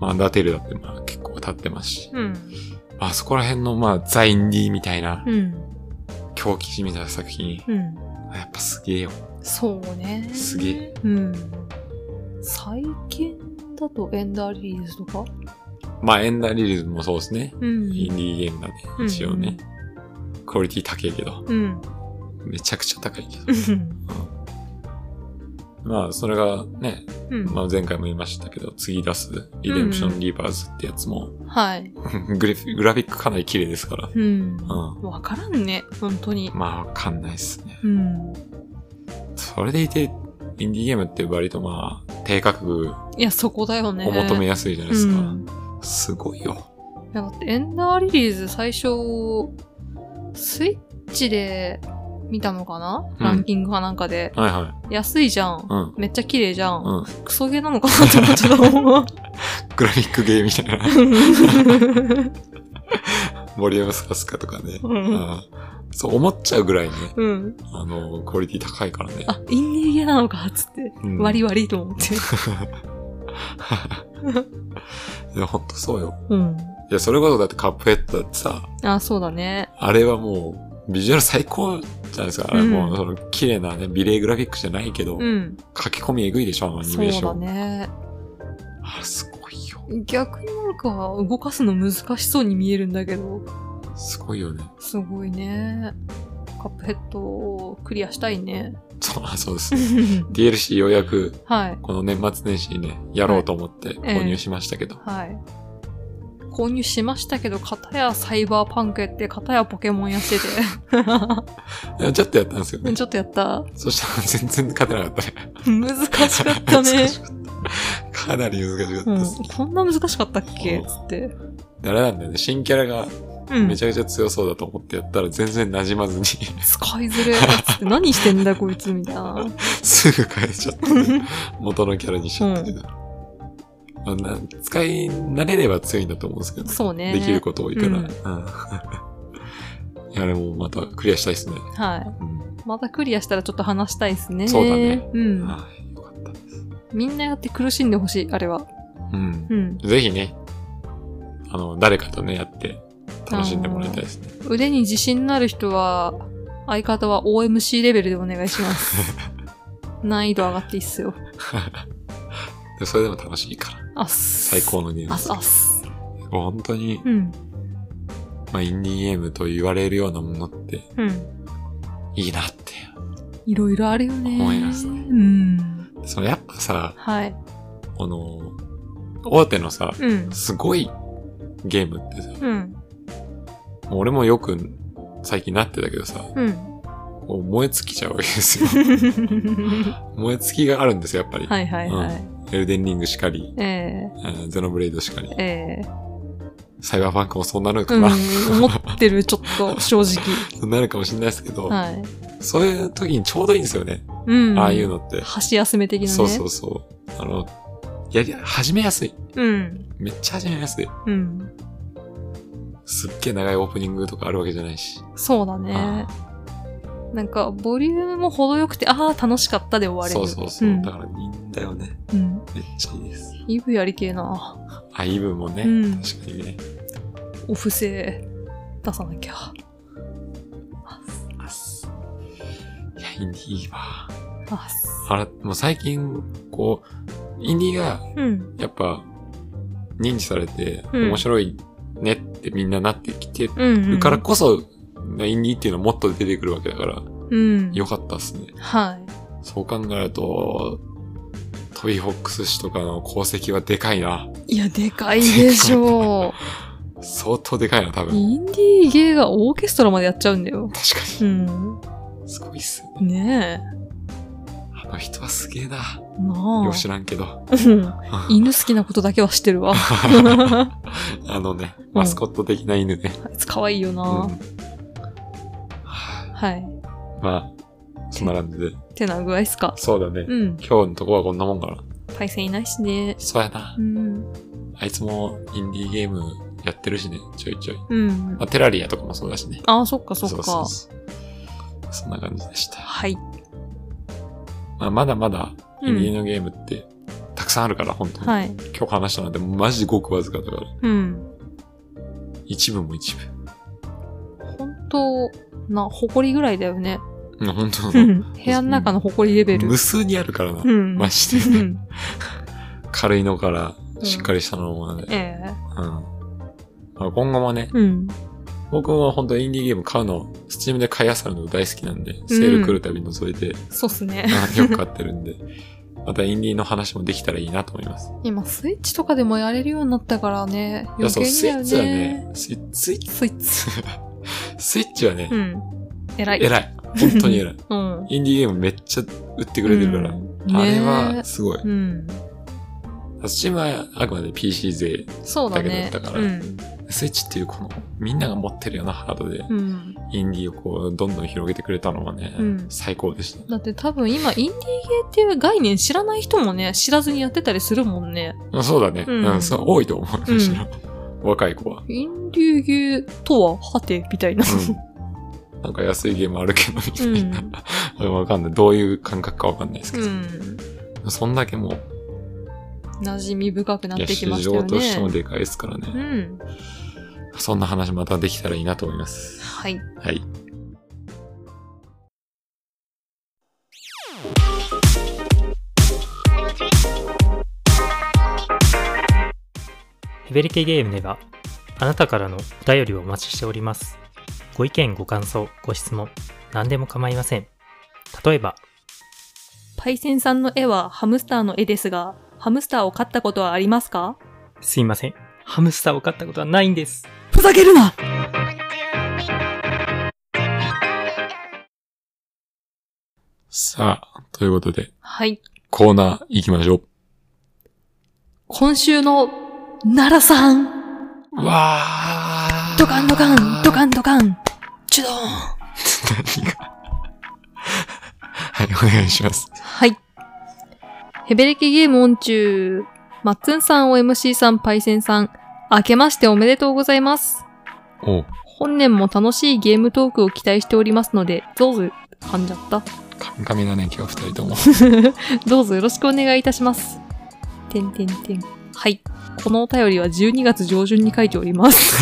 A: まあ、アンダーテールだってまあ結構経ってますし、
B: うん。
A: まあそこら辺のまあザ・インディーみたいな
B: うん。
A: 狂気じみた作品
B: うん。
A: やっぱすげえよ。
B: そうね。
A: すげえ。
B: うん。最近だとエンダーリリースとか
A: まあ、エンダーリリーズもそうですね。
B: うん。
A: インディーゲームだね。一応ね。クオリティ高いけど。
B: うん。
A: めちゃくちゃ高いけど。
B: うん。
A: まあ、それがね、
B: うん。
A: まあ前回も言いましたけど、次出す、リデンプションリバーズってやつも、
B: はい。
A: グリフグラフィックかなり綺麗ですから。
B: うん。
A: う
B: わからんね、本当に。
A: まあ、わかんないっすね。
B: うん。
A: それでいて、インディーゲームって割とまあ、低価格
B: いや、そこだよね。
A: お求め
B: や
A: やすいじゃない
B: で
A: ですす
B: か。
A: か。
B: うん、
A: すごいよ。
B: いやだって、エンダーリリーズ最初、スイッチで見たのかな、
A: うん
B: ランキングかなんかで。
A: はいはい。
B: 安いじゃん。
A: うん。
B: めっちゃ綺麗じゃん。
A: うん。
B: クソゲーなのかなと思ってたもん。
A: グラフィックゲーみたいな。
B: う
A: ボリュームスカスカとかね。
B: うん
A: んそう思っちゃうぐらいね。
B: ん。
A: あの、クオリティ高いからね。
B: あ、インディーゲーなのか、つって。
A: うん
B: 割り割りと思 って。
A: いや、ほんとそうよ。
B: うん。
A: いや、それこそだってカップヘッドだってさ、
B: あ、そうだね。
A: あれはもう、ビジュアル最高じゃないですか。あれ
B: うん
A: もう、その、綺麗なね、美麗グラフィックじゃないけど、
B: うん。
A: 書き込みえぐいでしょ、あのアニ
B: そ
A: メー
B: う
A: ショ
B: だ
A: ン。
B: ね。
A: あ、すごいよ。
B: 逆になんか動かすの難しそうに見えるんだけど、
A: すごいよね。
B: すごいね。カップヘッドをクリアしたい ね。
A: そう、あ、そうです。DLC ようやく、
B: はい。
A: この年末年始にね、やろうと思って購
B: え
A: 入
B: え
A: しましたけど。
B: はい。購入しましたけど、片やサイバーパンクやって、片やポケモンやって て。
A: いやちょっとやったんですよね。
B: ちょっとやった。
A: そしたら全然勝てなかったね。
B: 難しかったね
A: 難。し かったかなり難しかった
B: う
A: で
B: ん
A: す。、
B: こんな難しかったっけ
A: うん
B: つって。
A: あれなんだよね。新キャラが
B: うん。
A: めちゃくちゃ強そうだと思ってやったら全然馴染まずに
B: 使いづれえなっつって何してんだこいつみたい な。
A: すぐ変えちゃったね。元のキャラにしちゃったけど。まあな使い慣れれば強いんだと思うんですけど、
B: そうね。
A: できること 多いから。
B: うん
A: うんいや、でもまたクリアしたいですね。
B: は
A: うん
B: い。またクリアしたらちょっと話したいですね。
A: そうだね。
B: うん。
A: はい、よかったです。
B: みんなやって苦しんでほしい、あれは。
A: うん
B: う。ん。
A: ぜひね、あの、誰かとね、やって楽しんでもらいたいですね。
B: 腕に自信のある人は、相方は OMC レベルでお願い します。難易度上がっていいっすよ。
A: でそれでも楽しいから。
B: あっす。
A: 最高のゲーム
B: あ
A: で
B: っ
A: す
B: す、あ。っす。
A: 本当に
B: う、ん。
A: まあ、インディーゲームと言われるようなものって
B: うん。
A: いいなって。
B: いろいろあるよね。
A: 思いますね
B: うん。
A: そのやっぱさ、
B: はい。
A: この、大手のさ、
B: うん。
A: すごいゲームってさ、
B: うん。
A: もう俺もよく最近なってたけどさ、
B: うん。
A: こう燃え尽きちゃうわけですよ。 燃え尽きがあるんですよ、やっぱり。
B: はいはいはい。
A: エルデンリングしかり、
B: ええ
A: えーゼノブレイドしかり、
B: ええ
A: サイバーパンクもそうなるかな、
B: うん、思ってる、ちょっ と、正直。
A: そうなるかもしれないですけど、
B: はい。
A: そういう時にちょうどいいんですよね。
B: うん。
A: ああいうのって。
B: 箸休め的なね。
A: そうそうそう。あの、やり、始めやすい。
B: うん。
A: めっちゃ始めやすい。
B: うん。
A: すっげえ長いオープニングとかあるわけじゃないし。
B: そうだね。なんか、ボリュームも程よくて、ああ、楽しかったで終われ
A: そうそ
B: る。
A: うそう。
B: うん
A: だからいいんだよね。
B: うん。
A: めっちゃいいです。
B: イブやりてえな。
A: あ、イブもね、
B: うん
A: 確かにね。
B: お布施出さなきゃ。あっす
A: あっすいや、インディーは。
B: あっす
A: あら、もう最近、こう、インディーが、
B: うん。
A: やっぱ、認知されて、
B: うん
A: 面白いねってみんななってきて
B: うん、う
A: る
B: ん。
A: からこそ、インディーっていうのはもっと出てくるわけだから、
B: うん。
A: 良かったっすね。
B: はい。
A: そう考えると、トビーフォックス氏とかの功績はでかいな。
B: いや、でかいでしょ
A: 相当でかいな、多
B: う。
A: 分。
B: インディーゲーがオーケストラまでやっちゃうんだよ。
A: 確か
B: うん。
A: に。すごいっすよね。
B: ね
A: あの人はすげえな。
B: え。なあ。
A: よく知らんけど。
B: うん犬好きなことだけは知ってるわ。あ
A: あのね、マスコット的な犬ね。
B: いつ可愛いよな、
A: うんは
B: はい。
A: あまあ、そんな感じで。
B: てな具合っすか。
A: そうだね。
B: うん。
A: 今日のとこはこんなもんかな。
B: 対戦いないしね。
A: そうやな
B: う。ん。
A: あいつもインディーゲームやってるしね、ちょいちょい。
B: う
A: ま
B: ん
A: あ、。テラリアとかもそうだしね。
B: ああ、そっかそっか。
A: そうそうそんな感じでした。
B: はい。
A: まあ、まだまだ、
B: う
A: インディー
B: ん。
A: のゲームって、たくさんあるから、本当に。
B: はい。
A: 今日話したので、マジでごくわずかだから。
B: うん。
A: 一部も一部。
B: 本当な、誇りぐらいだよね。
A: いや、本当
B: う
A: の。
B: ん部屋の中の埃レベ ル
A: 無。数にあるからな。
B: うん。
A: マジで
B: うん
A: 軽いのから、しっかりしたのもね。
B: ええ。
A: うん。まあ、今後もね、
B: うん。
A: 僕も本当インディーゲーム買うの、スチームで買いあさるの大好きなんで、セール来るたび覗いて、
B: そうっすね。
A: あよく買ってるんで、またインディーの話もできたらいいなと思います。
B: 今、スイッチとかでもやれるようになったからね。
A: いや、
B: 余
A: そう、ス
B: 計
A: イ
B: だよ
A: ッチはね、。スイッスイッチ、
B: スイッチ。
A: スイッチはね
B: う、ん。 偉い。
A: 偉い。本当に偉い。
B: うん。
A: インディーゲームめっちゃ売ってくれてるから、
B: うん
A: あれ
B: ね
A: は
B: え
A: すごい。
B: うん。
A: スチームはあくまで PC 勢、
B: そうだね。
A: だけだったから
B: うん。
A: スイッチっていうこの、みんなが持ってるようなハードで、
B: うん。
A: インディーをこう、どんどん広げてくれたのはね、
B: うん
A: 最高でした。
B: だって多分今、インディーゲーっていう概念知らない人もね、知らずにやってたりするもんね。
A: うんそうだね。
B: うん
A: うん、そう多いと思う。むしろ若い子は。
B: インディーゲーとは、はて、みたいな。
A: うん。なんか安いゲームあるけど、みたいな
B: うん。
A: わ、かんない。どういう感覚かわかんないですけ
B: う
A: ど。
B: ん。
A: そんだけもう、
B: 馴染み深くなっ
A: いや
B: てきま
A: 市
B: したよ
A: 場
B: ね。
A: としてもでかいですからね。
B: うん。
A: そんな話またできたらいいなと思います。
B: はい。
A: はい。
C: ヘベレケゲームではあなたからのお便りをお待ちしております。ご意見、ご感想、ご質問、何でも構いません。例えば、
B: パイセンさんの絵はハムスターの絵ですが、ハムスターを飼ったことはありますか
C: すいません。ハムスターを飼ったことはないんです。
B: ふざけるな
A: さあ、ということで、
B: はい。
A: コーナー行きましょ
B: 今週の、奈良さん
A: う。わー。
B: ドカンドカンドカ
A: ン。
B: ンドカンチュドーン
A: 何が。はい、お願いします。
B: はい。ヘベレキゲームオン中、マッツンさん、OMC さん、パイセンさん、明けましておめでとうございます。
A: おう、
B: 本年も楽しいゲームトークを期待しておりますので、どうぞ、噛んじゃった。
A: カミカミだね、今日二人 とも。
B: どうぞよろしくお願いいたします。てんてんてん。はい。このお便りは12月上旬に書いており ます。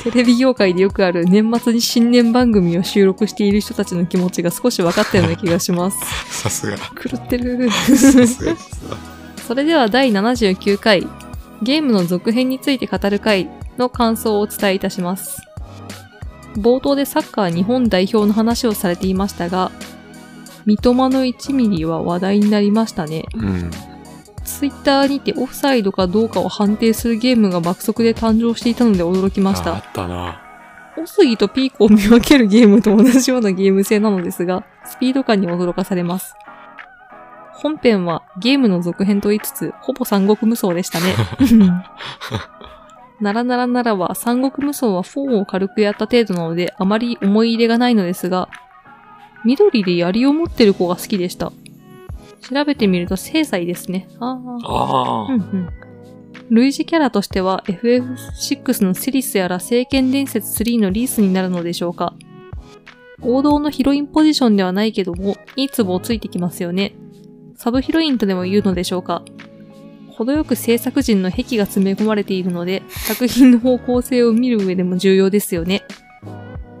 B: テレビ業界でよくある年末に新年番組を収録している人たちの気持ちが少し分かったような気がします。
A: さすが。
B: 狂って る。
A: さすがですわ。
B: それでは第79回、ゲームの続編について語る回の感想をお伝えいたします。冒頭でサッカー日本代表の話をされていましたが、三笘の1ミリは話題になりましたね。
A: うん。
B: ツイッターにてオフサイドかどうかを判定するゲームが爆速で誕生していたので驚きま
A: あ
B: し
A: あ
B: た。
A: ったな。
B: オスギとピークを見分けるゲームと同じようなゲーム性なのですが、スピード感に驚かされます。本編はゲームの続編と言いつつ、ほぼ三国無双でしたね。ならならならは三国無双は4を軽くやった程度なので、あまり思い入れがないのですが、緑で槍を持ってる子が好きでした。調べてみると精細ですね。あ
A: あ
B: あ。うんうん。類似キャラとしては FF6 のセリスやら聖剣伝説3のリースになるのでしょうか。王道のヒロインポジションではないけども、いいツボをついてきますよね。サブヒロインとでも言うのでしょうか。程よく制作陣の癖が詰め込まれているので、作品の方向性を見る上でも重要ですよね。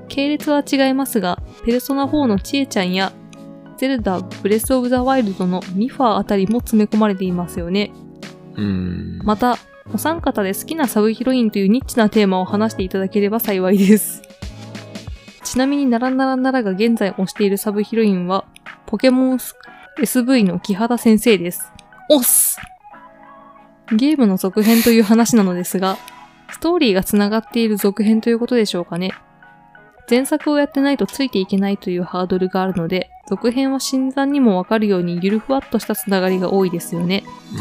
B: 系列は違いますが、ペルソナ4のチエちゃんや、ゼルダ・ブレス・オブ・ザ・ワイルドのミファーあたりも詰め込まれていますよね。
A: あ。うん。
B: また、お三方で好きなサブヒロインというニッチなテーマを話していただければ幸いです。ちなみに、ならならならが現在推しているサブヒロインは、ポケモン SV の木肌先生です。おっすゲームの続編という話なのですが、ストーリーが繋がっている続編ということでしょうかね。前作をやってないとついていけないというハードルがあるので、続編は新参にもわかるようにゆるふわっとしたつながりが多いですよね。
A: うん。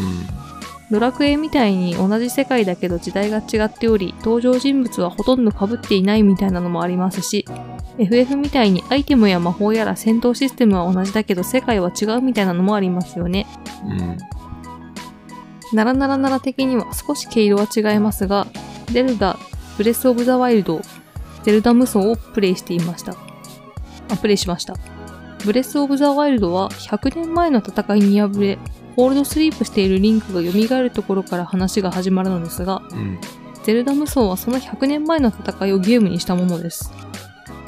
B: ドラクエみたいに同じ世界だけど時代が違っており、登場人物はほとんど被っていないみたいなのもありますし、FF みたいにアイテムや魔法やら戦闘システムは同じだけど世界は違うみたいなのもありますよね。
A: うん。
B: ならならなら的には少し毛色は違いますが、ゼルダ、ブレスオブザワイルド、ゼルダ無双をプレイしていました。あ、プレイしました。ブレスオブザワイルドは100年前の戦いに敗れ、ホールドスリープしているリンクが蘇るところから話が始まるのですが、
A: うん。
B: ゼルダ無双はその100年前の戦いをゲームにしたものです。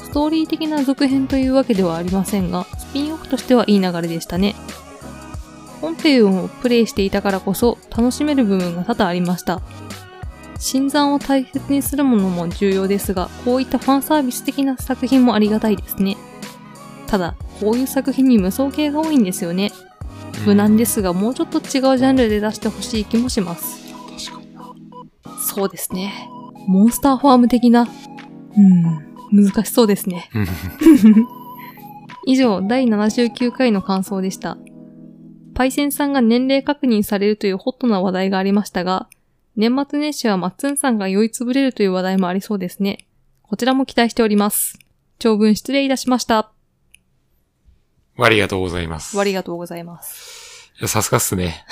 B: ストーリー的な続編というわけではありませんが、スピンオフとしてはいい流れでしたね。本編をプレイしていたからこそ楽しめる部分が多々ありました。新参を大切にするものも重要ですが、こういったファンサービス的な作品もありがたいですね。ただ、こういう作品に無双系が多いんですよね。無難ですが、もうちょっと違うジャンルで出してほしい気もします。そうですね。モンスターファーム的な。うん、難しそうですね。
A: うん。
B: 以上、第79回の感想でした。パイセンさんが年齢確認されるというホットな話題がありましたが、年末年始はマッツンさんが酔いつぶれるという話題もありそうですね。こちらも期待しております。長文失礼いたしました。
A: ありがとうございます。
B: ありがとうございます。
A: いやさすがっすね。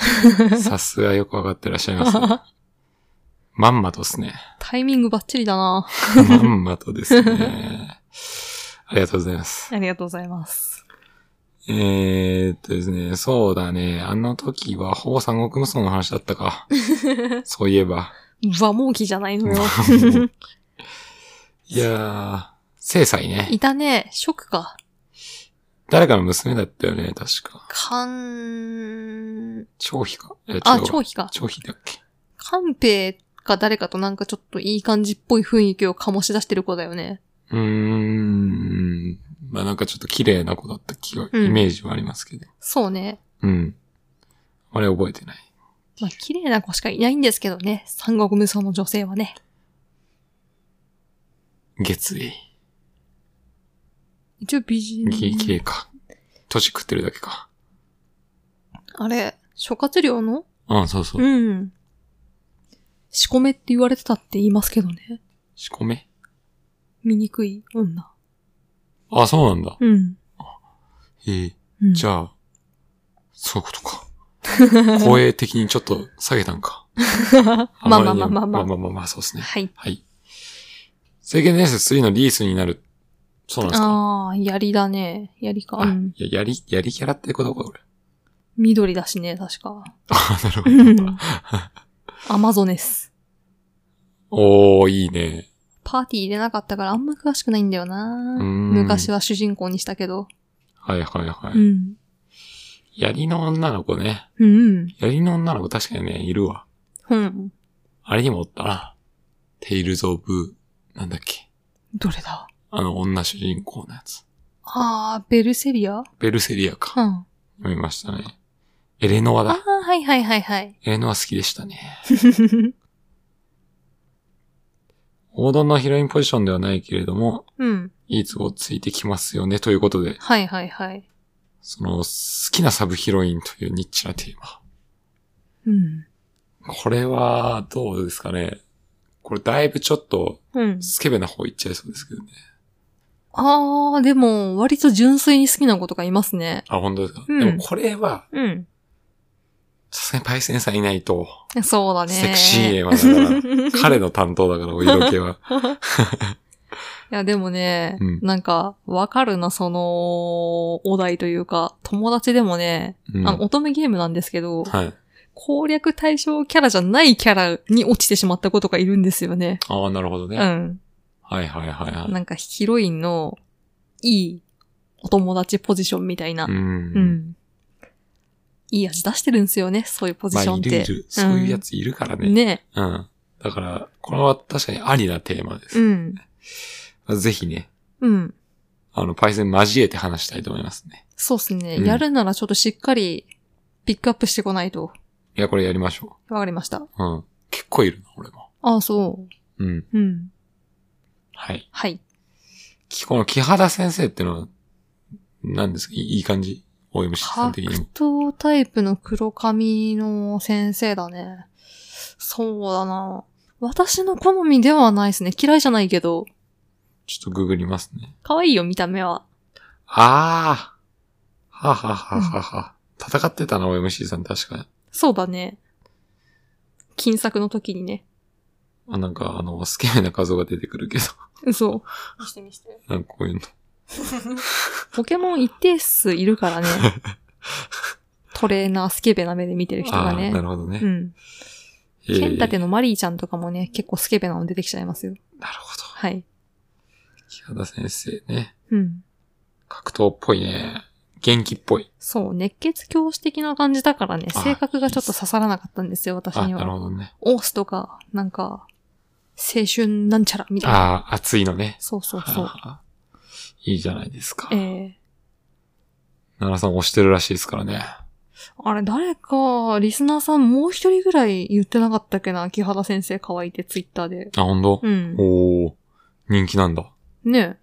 A: さすがよくわかってらっしゃいますね。まんまとっすね。
B: タイミングバッチリだな。
A: まんまとですね。ありがとうございます。
B: ありがとうございます。
A: えー、っとですね、そうだね。あの時はほぼ三国無双の話だったか。そういえば。
B: 和モーキじゃないのよ。
A: いやー、制裁ね。
B: いたね。ショックか。
A: 誰かの娘だったよね、確か。
B: かん、
A: 張飛か。え
B: あ、
A: 違う
B: 長飛か。
A: 張飛だっけ。
B: 官兵か誰かとなんかちょっといい感じっぽい雰囲気を醸し出してる子だよね。
A: うーん。まあなんかちょっと綺麗な子だった気が、
B: うん
A: イメージはありますけど。
B: そうね。
A: うん。あれ覚えてない。
B: まあ、綺麗な子しかいないんですけどね。三国無双の女性はね。
A: 月意。
B: 一応美人。
A: き綺麗か。年食ってるだけか。
B: あれ、諸葛亮の
A: うん、そうそう。
B: うん。仕込めって言われてたって言いますけどね。
A: 仕込め
B: 醜い女。
A: あ、そうなんだ。
B: うん。
A: へえ。
B: うん、
A: じ
B: ゃ
A: ゃあ、そういうことか。 公営的にちょっと下げたんか。
B: まあまあ
A: りに
B: まあまあま
A: ま
B: あ
A: あ。まあまあまあ、そうですね。
B: はい。
A: はい。制限伝説3のリースになる。そうなんですか
B: ああ、槍だね。槍か。う
A: あ
B: ん。
A: いや、やり、やりキャラってこと か、これ。
B: 緑だしね、確か。
A: あ、なるほ
B: う
A: ど。
B: んアマゾネス。
A: おー、いいね。
B: パーティー入れなかったからあんま詳しくないんだよな
A: うー。ん
B: 昔は主人公にしたけど。
A: はいはいは
B: う
A: い。
B: ん。
A: やりの女の子ね。
B: うん。
A: やりの女の子確かにね、いるわ。
B: うん。
A: あれにもおったな。テイルズ・オブ、なんだっけ。
B: どれだ
A: あの、女主人公のやつ。
B: ああ、ベルセリアうん。
A: ベルセリアか。
B: あ
A: 読みましたね。エレノア
B: あ
A: だ。、
B: はいはいはい はい。
A: エレノア好きでしたね。王道のヒロインポジションではないけれども、
B: うん。
A: いいツボついてきますよね、ということで、
B: はいはいはい。
A: その、好きなサブヒロインというニッチなテーマ。
B: うん。
A: これは、どうですかね。これだいぶちょっと、
B: うん。
A: スケベな方いっちゃいそうですけどね。
B: ああ、でも、割と純粋に好きな子とかいますね。
A: あ、本当ですか。
B: うん
A: でもこれは、
B: うん。
A: さすがにパイセンさんいないと、
B: そうだね。
A: セクシー
B: い
A: 映画だ から、彼の担当だから、お色気は。
B: や、でもね、
A: うん
B: なんか、わかるな、その、お題というか、友達でもね、
A: うん
B: あの、乙女ゲームなんですけど、
A: はい。
B: 攻略対象キャラじゃないキャラに落ちてしまった子とかいるんですよね。
A: ああ、なるほどね。
B: うん。
A: はいはいはいはい。
B: なんかヒロインのいいお友達ポジションみたいな。
A: う
B: うん。
A: ん。
B: いい味出してるんですよね、そういうポジ
A: まあ、
B: ション
A: い
B: っ
A: るい
B: て。
A: る。そういうやついるからね。
B: ね。
A: うん。だから、これは確かにありなテーマで
B: う
A: す。
B: ん。
A: ぜひね、
B: うん。
A: あの、パイセン交えて話したいと思いますね。
B: そうっすね。
A: うん
B: やるならちょっとしっかりピックアップしてこないと。
A: いや、これやりましょ
B: わかりました。
A: う。うん。結構いるな、俺も。
B: ああ、そ
A: うん。
B: う。うん。
A: はい。
B: はい。
A: きこの木原先生ってのは、何ですかいいいい感じ ?OMC さん的に
B: 格
A: も。
B: 闘タイプの黒髪の先生だね。そうだな。私の好みではないですね。嫌いじゃないけど、
A: ちょっとググりますね。
B: 可愛いよ、見た目は。
A: ああははははは。戦ってたな、OMC さん確かに。
B: そうだね。金作の時にね。
A: あなんか、あの、スケベな画像が出てくるけど、
B: 嘘。見して見して。
A: なんかこういうの。
B: ポケモン一定数いるか らね。トレーナースケベな目で見てる人
A: あ
B: が
A: あー、な
B: ね。
A: るほどね
B: う。ん。
A: えー
B: ケンタケのマリーちゃんとかもね、結構スケベなの出てきちゃいますよ。
A: なるほど。
B: はい。
A: 木原先生ね。
B: うん。
A: 格闘っぽいね。元気っぽい。
B: そう、熱血教師的な感じだからね、
A: あ
B: 性格がちょっと刺さらなかったんですよ、私
A: あ、
B: に
A: なる
B: は。
A: ほどね。
B: オースとか、なんか、青春なんちゃらみたいな。
A: ああ、熱いのね。
B: そうそうそう。
A: あーいいじゃないですか。
B: え
A: 奈
B: え
A: 良さん推してるらしいですからね。
B: あれ、誰か、リスナーさんもう一人ぐらい言ってなかったっけな木原先生可愛いってツイッターで。
A: あ、ほんと
B: うん。
A: おー、人気なんだ。
B: ね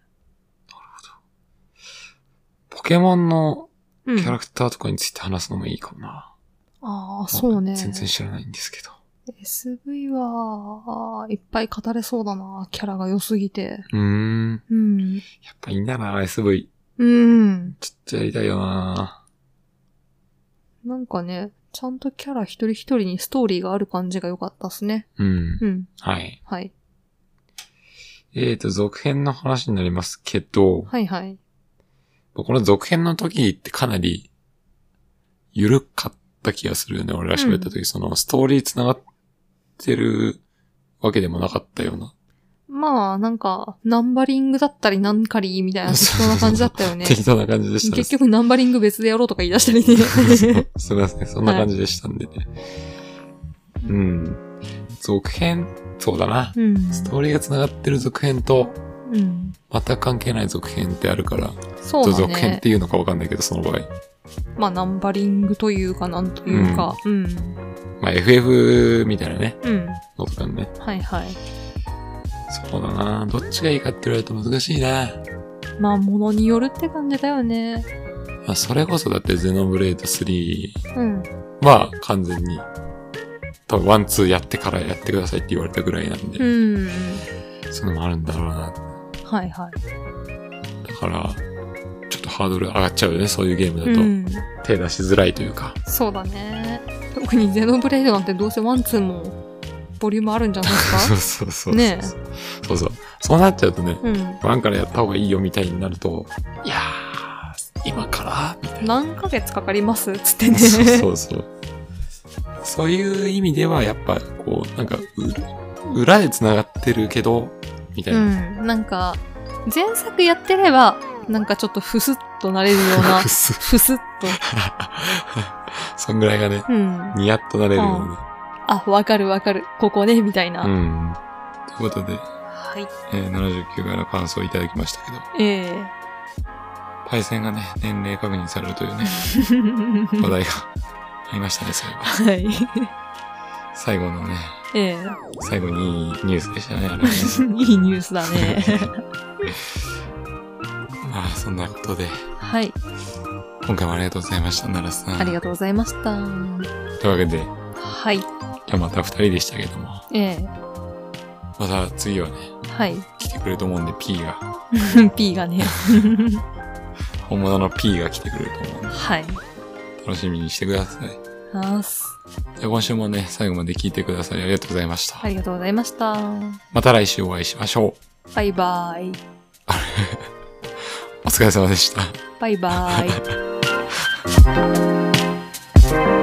A: ポケモンの
B: え。う
A: キャ
B: ん。
A: ラクターとかについて話すのもいいかもな。
B: ああ、そうね。
A: 全然知らないんですけど。
B: SV は、いっぱい語れそうだな。キャラが良すぎて。
A: うーん。
B: うん。
A: やっぱいいんだな、SV。
B: うん。
A: ちょっとやりたいよな。
B: なんかね、ちゃんとキャラ一人一人にストーリーがある感じが良かったっすね。
A: うん。
B: うん。
A: はい。
B: はい。
A: えーと、続編の話になりますけど、
B: はいはい。
A: この続編の時ってかなり、緩かった気がするよね。俺が喋った時、その、ストーリー繋がってるわけでもなかったような。
B: まあ、なんか、ナンバリングだったりなんかりみたいな、適当な感じだったよね。
A: 適当な感じでしたね。
B: 結局ナンバリング別でやろうとか言い出したりね。
A: すみません、そんな感じでしたんでね。うん。続編、 そうだな。
B: うん。
A: ストーリーが繋がってる続編と、
B: うん。
A: 全く関係ない続編ってあるから、
B: そ
A: と
B: うだ
A: 続編っ
B: ね
A: て。いうのかわかんないけど、その場合。
B: まあ、ナンバリングというか、なんというか。うん。
A: まあ、FF みたいなね、
B: うん。
A: のとかね。
B: はいはい。
A: そうだなどっちがいいかって言われると難しいな
B: まあ、ものによるって感じだよね。
A: まあ、それこそだってゼノブレード3
B: うん。
A: は完全に、多分ワンツーやってからやってくださいって言われたぐらいなんで、
B: うん。
A: そういうのもあるんだろうな。
B: はいはい。
A: だから、ちょっとハードル上がっちゃうよね、そういうゲームだと。
B: うん。
A: 手出しづらいというか。
B: そうだね。特にゼノブレイドなんてどうせワンツーもボリュームあるんじゃないで
A: そう
B: すか
A: そうそうそう。
B: ねえ
A: そうそう。そうなっちゃうとね、
B: うん。
A: ワンからやった方がいいよみたいになると、いやー、今 からみたいな。
B: 何ヶ月かかりますつってね。
A: そうそうそう。そういう意味では、やっぱ、こう、なんか、う裏で繋がってるけど、みたいう な。
B: ん。なんか、前作やってれば、なんかちょっとふすっとなれるような
A: ふ、す
B: ふすっと。
A: そんぐらいがね、
B: うん。
A: ニヤッとなれるよね。
B: あ、わかるわかる。ここね、みたいな。
A: うん。ということで、
B: はい。
A: えー79回の感想をいただきましたけど、
B: ええ
A: パイセンがね、年齢確認されるという ね、話題がありましたね、そういえば。
B: はい。
A: 最後のね、
B: え え
A: 最後にいいニュースでしたね、あ れはね
B: いいニュースだね。
A: まあ、そんなことで、
B: はい。
A: 今回もありがとうございました、奈良さん。
B: ありがとうございました。は
A: というわけで、
B: い。
A: 今日また二人でしたけども、
B: ええ
A: また次はね、
B: はい。
A: 来てくれると思うんで、P が、
B: P がね。
A: 本物の P が来てくれると思うんで、
B: はい。
A: 楽しみにしてください。
B: あす。
A: じゃあ今週もね、最後まで聞いてくださりありがとうございました。
B: ありがとうございました。
A: また来週お会いしましょう。
B: バイバイ。
A: お疲れ様でした。
B: バイバイ。